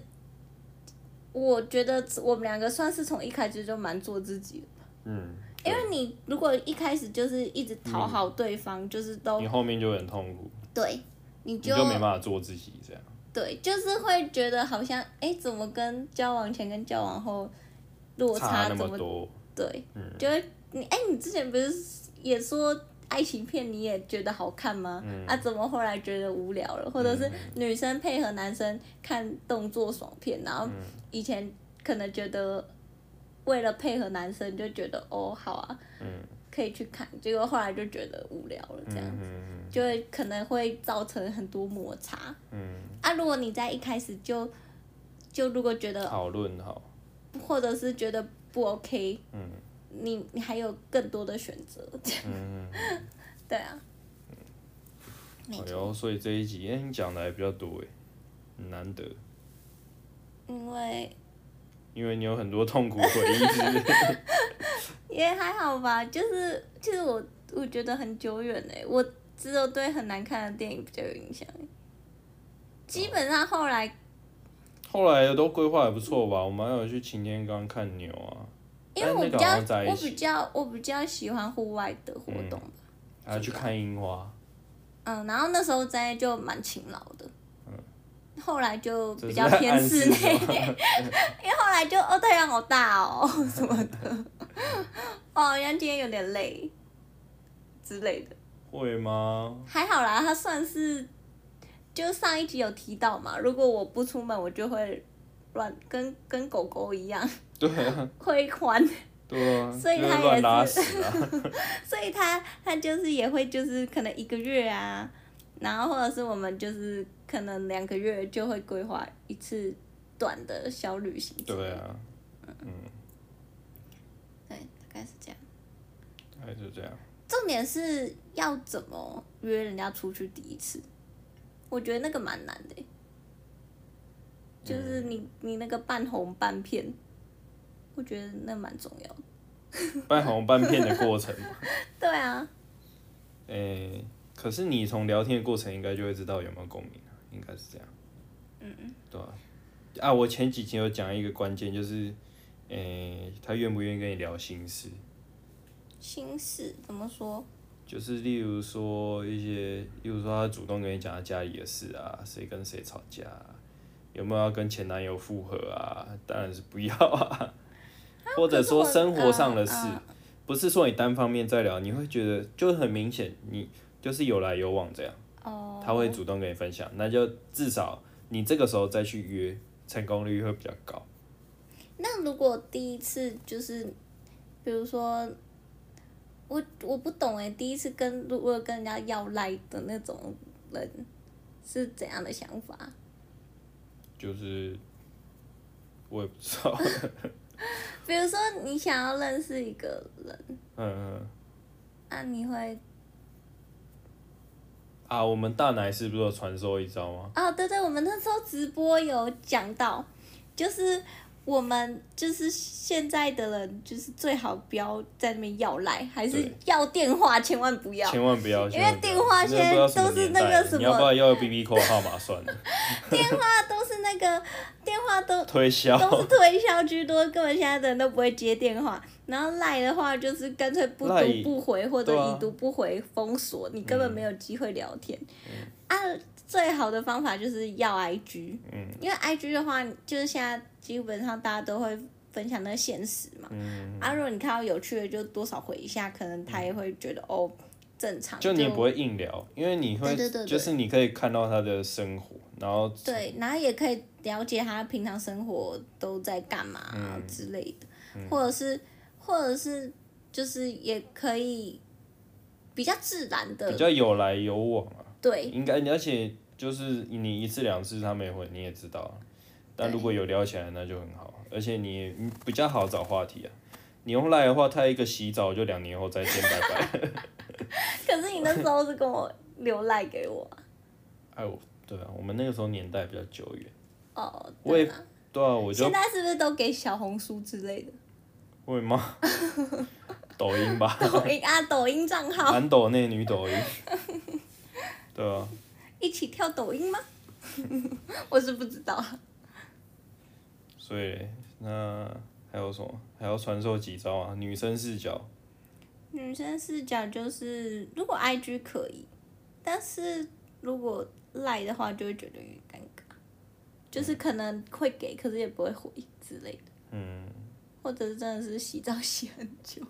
[SPEAKER 2] 我觉得我们两个算是从一开始就蛮做自己的，
[SPEAKER 1] 嗯，
[SPEAKER 2] 因为你如果一开始就是一直讨好对方，就是都
[SPEAKER 1] 你后面就会很痛苦，
[SPEAKER 2] 对，你
[SPEAKER 1] 你
[SPEAKER 2] 就
[SPEAKER 1] 就没办法做自己这样。
[SPEAKER 2] 对，就是会觉得好像哎，怎么跟交往前跟交往后落
[SPEAKER 1] 差
[SPEAKER 2] 差
[SPEAKER 1] 那
[SPEAKER 2] 怎
[SPEAKER 1] 么
[SPEAKER 2] 么
[SPEAKER 1] 多，
[SPEAKER 2] 对，就会你哎、你之前不是也说爱情片你也觉得好看吗？
[SPEAKER 1] 嗯
[SPEAKER 2] 啊，怎么后来觉得无聊了？或者是女生配合男生看动作爽片，然
[SPEAKER 1] 嗯
[SPEAKER 2] 后以前可能觉得为了配合男生就觉得哦好啊，
[SPEAKER 1] 嗯
[SPEAKER 2] 可以去看，结果后来就觉得无聊了，这样、
[SPEAKER 1] 嗯
[SPEAKER 2] 就会可能会造成很多摩擦。
[SPEAKER 1] 嗯，
[SPEAKER 2] 啊，如果你在一开始就就如果觉得
[SPEAKER 1] 讨论好，
[SPEAKER 2] 或者是觉得不 OK，
[SPEAKER 1] 嗯
[SPEAKER 2] 你你还有更多的选择， *laughs*
[SPEAKER 1] 嗯，
[SPEAKER 2] 对啊，没
[SPEAKER 1] 然后所以这一集，哎、你讲的还比较多哎，很难得，
[SPEAKER 2] 因为
[SPEAKER 1] 因为你有很多痛苦回忆，是不是
[SPEAKER 2] 也还好吧，就是其实我我觉得很久远哎、我只有对很难看的电影比较有影响
[SPEAKER 1] 哦
[SPEAKER 2] 欸、基本上后来
[SPEAKER 1] *laughs* 后来都规划还不错吧？我们还有去擎天岗看牛啊，
[SPEAKER 2] 因为
[SPEAKER 1] 但
[SPEAKER 2] 我
[SPEAKER 1] 那
[SPEAKER 2] 比
[SPEAKER 1] 个
[SPEAKER 2] 较
[SPEAKER 1] 好像在一
[SPEAKER 2] 我
[SPEAKER 1] 起
[SPEAKER 2] 比较我比较喜欢户外的活
[SPEAKER 1] 嗯
[SPEAKER 2] 动吧，
[SPEAKER 1] 还有去
[SPEAKER 2] 啊
[SPEAKER 1] 看樱花，
[SPEAKER 2] 嗯然后那时候在就蛮勤劳的。后来就
[SPEAKER 1] 嗯这是
[SPEAKER 2] 比较
[SPEAKER 1] 在
[SPEAKER 2] 偏
[SPEAKER 1] 暗
[SPEAKER 2] 室
[SPEAKER 1] 示
[SPEAKER 2] 内， *laughs*
[SPEAKER 1] 什么
[SPEAKER 2] 后来就哦太阳好大哦什么的，哦好像今天有点累之类的，
[SPEAKER 1] 会吗？ *laughs*
[SPEAKER 2] 还好啦，他算是就上一集有提到嘛，如果我不出门，我就会乱跟跟狗狗一
[SPEAKER 1] *laughs*
[SPEAKER 2] 样
[SPEAKER 1] 对啊，
[SPEAKER 2] 会欢，
[SPEAKER 1] 对啊，
[SPEAKER 2] 所以
[SPEAKER 1] 就是
[SPEAKER 2] 他
[SPEAKER 1] 乱
[SPEAKER 2] 也是
[SPEAKER 1] 拉屎
[SPEAKER 2] *laughs*
[SPEAKER 1] 啊，
[SPEAKER 2] 所以他他就是也会就是可能一个月啊，然后或者是我们就是可能两个月就会规划一次短的小旅行之类
[SPEAKER 1] 对
[SPEAKER 2] 的，
[SPEAKER 1] 啊，
[SPEAKER 2] 对，大概是这样。
[SPEAKER 1] 还是这样，
[SPEAKER 2] 重点是要怎么约人家出去第一次，我觉得那个蛮难的欸、就是你你那个半红半片，我觉得那蛮重要的。
[SPEAKER 1] 半红半片的过程嘛，
[SPEAKER 2] 对啊，
[SPEAKER 1] 哎、可是你从聊天的过程应该就会知道有没有共鸣啊，应该是这样。嗯对啊，啊，我前几集有讲一个关键，就是，诶、他愿不愿意跟你聊心事，
[SPEAKER 2] 心事怎么说？
[SPEAKER 1] 就是例如说一些，例如说他主动跟你讲他家里的事啊，谁跟谁吵架、啊，有没有要跟前男友复合啊？当然是不要啊，或者说
[SPEAKER 2] 可是我
[SPEAKER 1] 生活上的
[SPEAKER 2] 嗯
[SPEAKER 1] 事，
[SPEAKER 2] 嗯
[SPEAKER 1] 不是说你单方面在聊，你会觉得就很明显，你就是有来有往这样。
[SPEAKER 2] 哦，
[SPEAKER 1] 他会主动跟你分享，那就至少你这个时候再去约，成功率会比较高。
[SPEAKER 2] 那如果第一次就是，比如说，我我不懂哎、第一次跟如果跟人家要赖的那种人是怎样的想法？
[SPEAKER 1] 就是我也不知道， *laughs*
[SPEAKER 2] 比如说你想要认识一个人。
[SPEAKER 1] 嗯嗯
[SPEAKER 2] 啊，你会
[SPEAKER 1] 啊，我们大奶是不是有传授一招吗？
[SPEAKER 2] 哦，对对，我们那时候直播有讲到，就是我们就是现在的人，就是最好不要在那边要赖，还是
[SPEAKER 1] 对
[SPEAKER 2] 要电话，千万不
[SPEAKER 1] *laughs*
[SPEAKER 2] 要。
[SPEAKER 1] 千万不要，
[SPEAKER 2] 因为
[SPEAKER 1] 千万不要
[SPEAKER 2] 电话
[SPEAKER 1] 真的不知道什么
[SPEAKER 2] 现在都是
[SPEAKER 1] 年代
[SPEAKER 2] 那个
[SPEAKER 1] 了
[SPEAKER 2] 什么
[SPEAKER 1] 你要不要要 B B 扣号码算
[SPEAKER 2] *laughs*
[SPEAKER 1] 了？
[SPEAKER 2] 那都是那个电话都
[SPEAKER 1] 推销，
[SPEAKER 2] 都是推销居多，根本现在的人都不会接电话。然后赖的话，就是干脆不
[SPEAKER 1] 赖
[SPEAKER 2] 读不回，或者
[SPEAKER 1] 对啊嗯
[SPEAKER 2] 已读不回封锁，你根本没有机会聊天。啊，最好的方法就是要 IG，、
[SPEAKER 1] 嗯
[SPEAKER 2] 因为 IG 的话，就是现在基本上大家都会分享那个现实嘛。
[SPEAKER 1] 嗯，
[SPEAKER 2] 啊，如果你看到有趣的，就多少回一下，可能他也会觉得、哦正常。
[SPEAKER 1] 就你也不会硬聊，因为你会
[SPEAKER 2] 对对对对
[SPEAKER 1] 就是你可以看到他的生活，然后
[SPEAKER 2] 对，然后也可以了解他平常生活都在干嘛、
[SPEAKER 1] 嗯
[SPEAKER 2] 之类的，或者是或者是就是也可以比较自然的
[SPEAKER 1] 比较有来有往啊。
[SPEAKER 2] 对
[SPEAKER 1] 应该，而且就是你一次两次他没回，你也知道啊，但如果有聊起来，那就很好，而且你也嗯比较好找话题啊。你用赖的话，他一个洗澡就两年后再见，拜
[SPEAKER 2] *laughs*
[SPEAKER 1] 拜。
[SPEAKER 2] 可是你那时候是跟我留赖给我啊
[SPEAKER 1] 哎，我对啊，我们那个时候年代比较久远。
[SPEAKER 2] 哦，
[SPEAKER 1] 我也
[SPEAKER 2] 对啊
[SPEAKER 1] 对啊，我就
[SPEAKER 2] 现在是不是都给小红书之类
[SPEAKER 1] *laughs*
[SPEAKER 2] 的？
[SPEAKER 1] 会
[SPEAKER 2] *laughs*
[SPEAKER 1] 吗？抖音吧，
[SPEAKER 2] 抖音啊，抖音账号
[SPEAKER 1] 男抖内女抖音，对啊，
[SPEAKER 2] 一起跳抖音吗？ *laughs* 我是不知道，
[SPEAKER 1] 所以那还有什么？还要传授几招啊？女生视角，
[SPEAKER 2] 女生视角就是如果 IG 可以，但是如果赖的话就会觉得有点尴尬，就是可能会给，可是也不会回之类的，
[SPEAKER 1] 嗯，
[SPEAKER 2] 或者是真的是洗澡洗很久。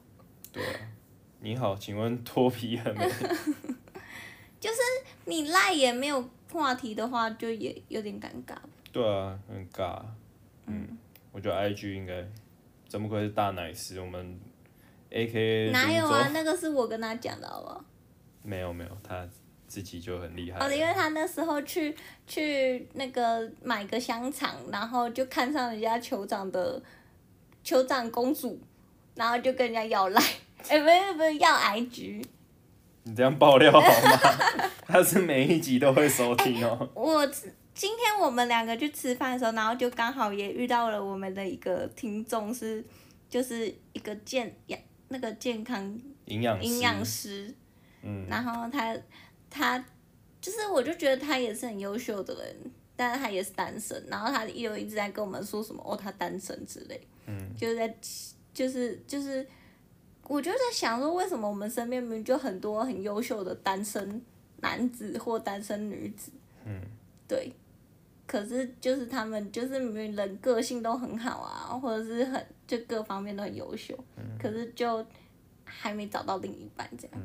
[SPEAKER 1] 对啊。你好，请问脱皮了没？
[SPEAKER 2] 你赖也没有话题的话，就也有点尴尬。
[SPEAKER 1] 对啊，很尬。嗯，我觉得 IG 应该，真不愧是大奶师，我们 AKA
[SPEAKER 2] 哪有啊？
[SPEAKER 1] 泸州？
[SPEAKER 2] 那个是我跟他讲的，好不好？
[SPEAKER 1] 没有没有，他自己就很厉害
[SPEAKER 2] 哦，因
[SPEAKER 1] 了。
[SPEAKER 2] 为他那时候去去那个买个香肠，然后就看上人家酋长的酋长公主，然后就跟人家要赖，哎、不是不是要 IG，
[SPEAKER 1] 你这样爆料好吗？ *laughs* 他是每一集都会收听哦、
[SPEAKER 2] 我今天我们两个去吃饭的时候，然后就刚好也遇到了我们的一个听众是，就是一个健那个健康
[SPEAKER 1] 营养师
[SPEAKER 2] 营养师，
[SPEAKER 1] 嗯，
[SPEAKER 2] 然后他他就是我就觉得他也是很优秀的人，但是他也是单身，然后他又一直在跟我们说什么哦他单身之类，嗯，就是在就是就是，我就在想说为什么我们身边明明就很多很优秀的单身男子或单身女子，
[SPEAKER 1] 嗯，
[SPEAKER 2] 对。可是就是他们就是明明人个性都很好啊，或者是很就各方面都很优秀，
[SPEAKER 1] 嗯
[SPEAKER 2] 可是就还没找到另一半这样。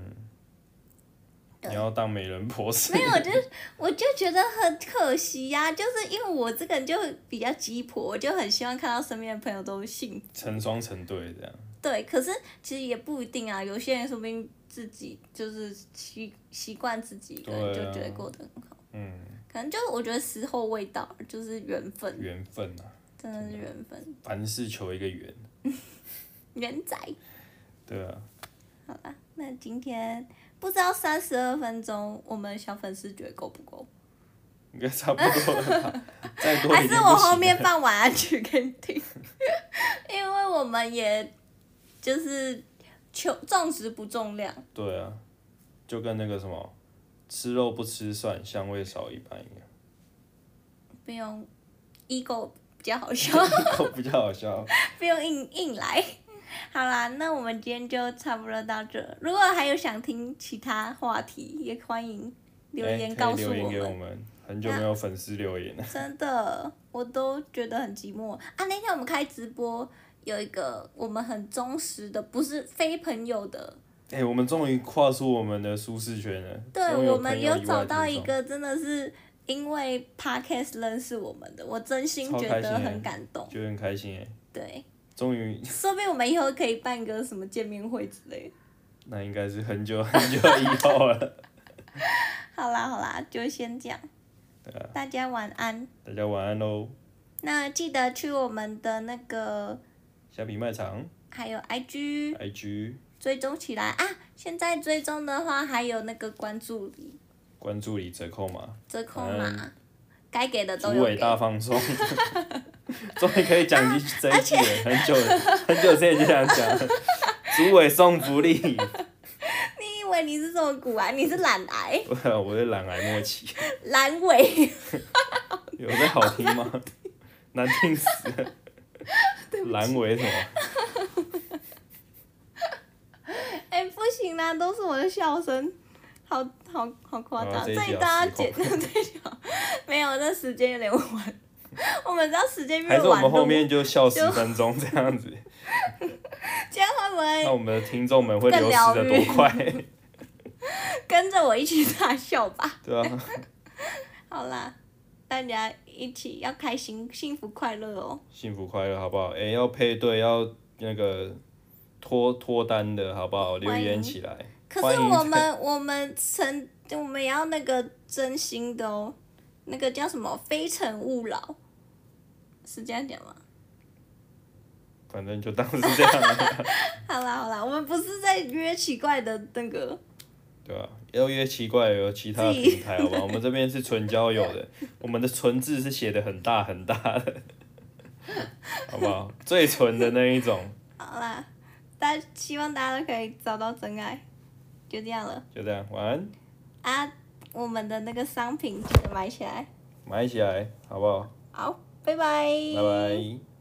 [SPEAKER 1] 你要当美人博士，
[SPEAKER 2] 没有，我就我就觉得很可惜呀、就是因为我这个人就比较急迫，我就很希望看到身边的朋友都幸福。
[SPEAKER 1] *laughs* 成双成对这样。
[SPEAKER 2] 对，可是其实也不一定啊，有些人说不定自己就是习习惯自己一个人，就
[SPEAKER 1] 对啊
[SPEAKER 2] 觉得过得很好。
[SPEAKER 1] 嗯，
[SPEAKER 2] 可能就我觉得时候未到，就是缘分，
[SPEAKER 1] 缘分啊，
[SPEAKER 2] 真的是缘分，
[SPEAKER 1] 凡事求一个缘，
[SPEAKER 2] 缘仔。
[SPEAKER 1] 对啊，
[SPEAKER 2] 好啦，那今天不知道三十二分钟，我们小粉丝觉得够不够？
[SPEAKER 1] 应该差不多了
[SPEAKER 2] *laughs*
[SPEAKER 1] 吧，再多
[SPEAKER 2] 还
[SPEAKER 1] 一
[SPEAKER 2] 是
[SPEAKER 1] 定
[SPEAKER 2] 我
[SPEAKER 1] 不
[SPEAKER 2] 后
[SPEAKER 1] 行
[SPEAKER 2] 面放晚安曲给你听， *laughs* 因为我们也就是求重质不重量，
[SPEAKER 1] 对啊，就跟那个什么，吃肉不吃蒜，香味少一半一样， *laughs*
[SPEAKER 2] 不用 ego 比较
[SPEAKER 1] *laughs*
[SPEAKER 2] 好笑，
[SPEAKER 1] 都比较好笑。
[SPEAKER 2] 不用硬硬来。好啦，那我们今天就差不多到这。如果还有想听其他话题，也欢迎 *laughs* 留
[SPEAKER 1] 哎
[SPEAKER 2] 言
[SPEAKER 1] 可以
[SPEAKER 2] 告诉
[SPEAKER 1] 留
[SPEAKER 2] 我
[SPEAKER 1] 言给我
[SPEAKER 2] 们。
[SPEAKER 1] 们，很久没有粉丝留言了。
[SPEAKER 2] 真的，我都觉得很寂寞啊！那天我们开直播，有一个我们很忠实的，不是非朋友的
[SPEAKER 1] 哎、我们终于跨出我们的舒适圈了。终于
[SPEAKER 2] 对，我们
[SPEAKER 1] 朋友以外
[SPEAKER 2] 找到
[SPEAKER 1] 的地
[SPEAKER 2] 一
[SPEAKER 1] 方，
[SPEAKER 2] 个真的是因为 podcast 认识我们的，我真心
[SPEAKER 1] 超
[SPEAKER 2] 觉
[SPEAKER 1] 开
[SPEAKER 2] 得
[SPEAKER 1] 心欸
[SPEAKER 2] 很感动。
[SPEAKER 1] 觉得很开心哎、
[SPEAKER 2] 对，
[SPEAKER 1] 终于， *laughs*
[SPEAKER 2] 说不定我们以后可以办个什么见面会之类的。
[SPEAKER 1] 那应该是很久很久以后了。 *laughs*
[SPEAKER 2] 好啦好啦，就先这样，
[SPEAKER 1] 对啊，
[SPEAKER 2] 大家晚安。
[SPEAKER 1] 大家晚安喽，
[SPEAKER 2] 那记得去我们的那个
[SPEAKER 1] 虾皮卖场
[SPEAKER 2] 还有 IG
[SPEAKER 1] IG
[SPEAKER 2] 追踪起来啊！现在追踪的话，还有那个关注礼
[SPEAKER 1] 关注里折扣码，
[SPEAKER 2] 折扣码，该给的
[SPEAKER 1] 嗯主
[SPEAKER 2] 都有
[SPEAKER 1] 委
[SPEAKER 2] 给。
[SPEAKER 1] 大放
[SPEAKER 2] *laughs*
[SPEAKER 1] 松，终于可以讲一这一句了，很久很久之前就想讲了，主委送福利，
[SPEAKER 2] 你以为你是什么股啊？你是懒癌、 *laughs*
[SPEAKER 1] 不然我是懒癌末期，
[SPEAKER 2] 阑尾。
[SPEAKER 1] 有这好听吗？难听死了，阑尾什么？
[SPEAKER 2] 哎、不行啦，都是我的笑声，好好好夸
[SPEAKER 1] 好
[SPEAKER 2] 张，
[SPEAKER 1] 哦这一集
[SPEAKER 2] 里
[SPEAKER 1] 要
[SPEAKER 2] 都要
[SPEAKER 1] 失
[SPEAKER 2] 剪
[SPEAKER 1] 控
[SPEAKER 2] 掉这条，没有，这时间有点晚，我们知道时间越
[SPEAKER 1] 还是我
[SPEAKER 2] 晚
[SPEAKER 1] 们后
[SPEAKER 2] 录，
[SPEAKER 1] 面就笑十分钟这样
[SPEAKER 2] *laughs*
[SPEAKER 1] 子，
[SPEAKER 2] 这样会不
[SPEAKER 1] 那
[SPEAKER 2] 会
[SPEAKER 1] 我们的听众们会流失的多快？ *laughs*
[SPEAKER 2] 跟着我一起大笑吧？
[SPEAKER 1] 对啊，
[SPEAKER 2] 好啦，大家一起要开心、幸福、快乐哦。
[SPEAKER 1] 幸福快乐好不好？哎、要配对，要那个脱脱单的好不好？留
[SPEAKER 2] 欢迎
[SPEAKER 1] 言起来。
[SPEAKER 2] 可
[SPEAKER 1] 欢
[SPEAKER 2] 是
[SPEAKER 1] 迎
[SPEAKER 2] 我们我们成我们也要那个真心的哦，那个叫什么“非诚勿扰”，是这样讲吗？
[SPEAKER 1] 反正就当是这样 *laughs* 啊，
[SPEAKER 2] 好啦好啦，我们不是在约奇怪的那个，
[SPEAKER 1] 对吧、要约奇怪有其他的平台，好
[SPEAKER 2] *laughs*
[SPEAKER 1] 吧？我们这边是纯交友的，我们的“纯”字是写的很大很大的， *laughs* 好不好？最纯的那一种，
[SPEAKER 2] 好啦，大希望大家都可以找到真爱，就这样了
[SPEAKER 1] 就这样，晚安，
[SPEAKER 2] 啊！我们的那个商品记得买起来，
[SPEAKER 1] 买起来，好不好？
[SPEAKER 2] 好，拜拜，
[SPEAKER 1] 拜拜。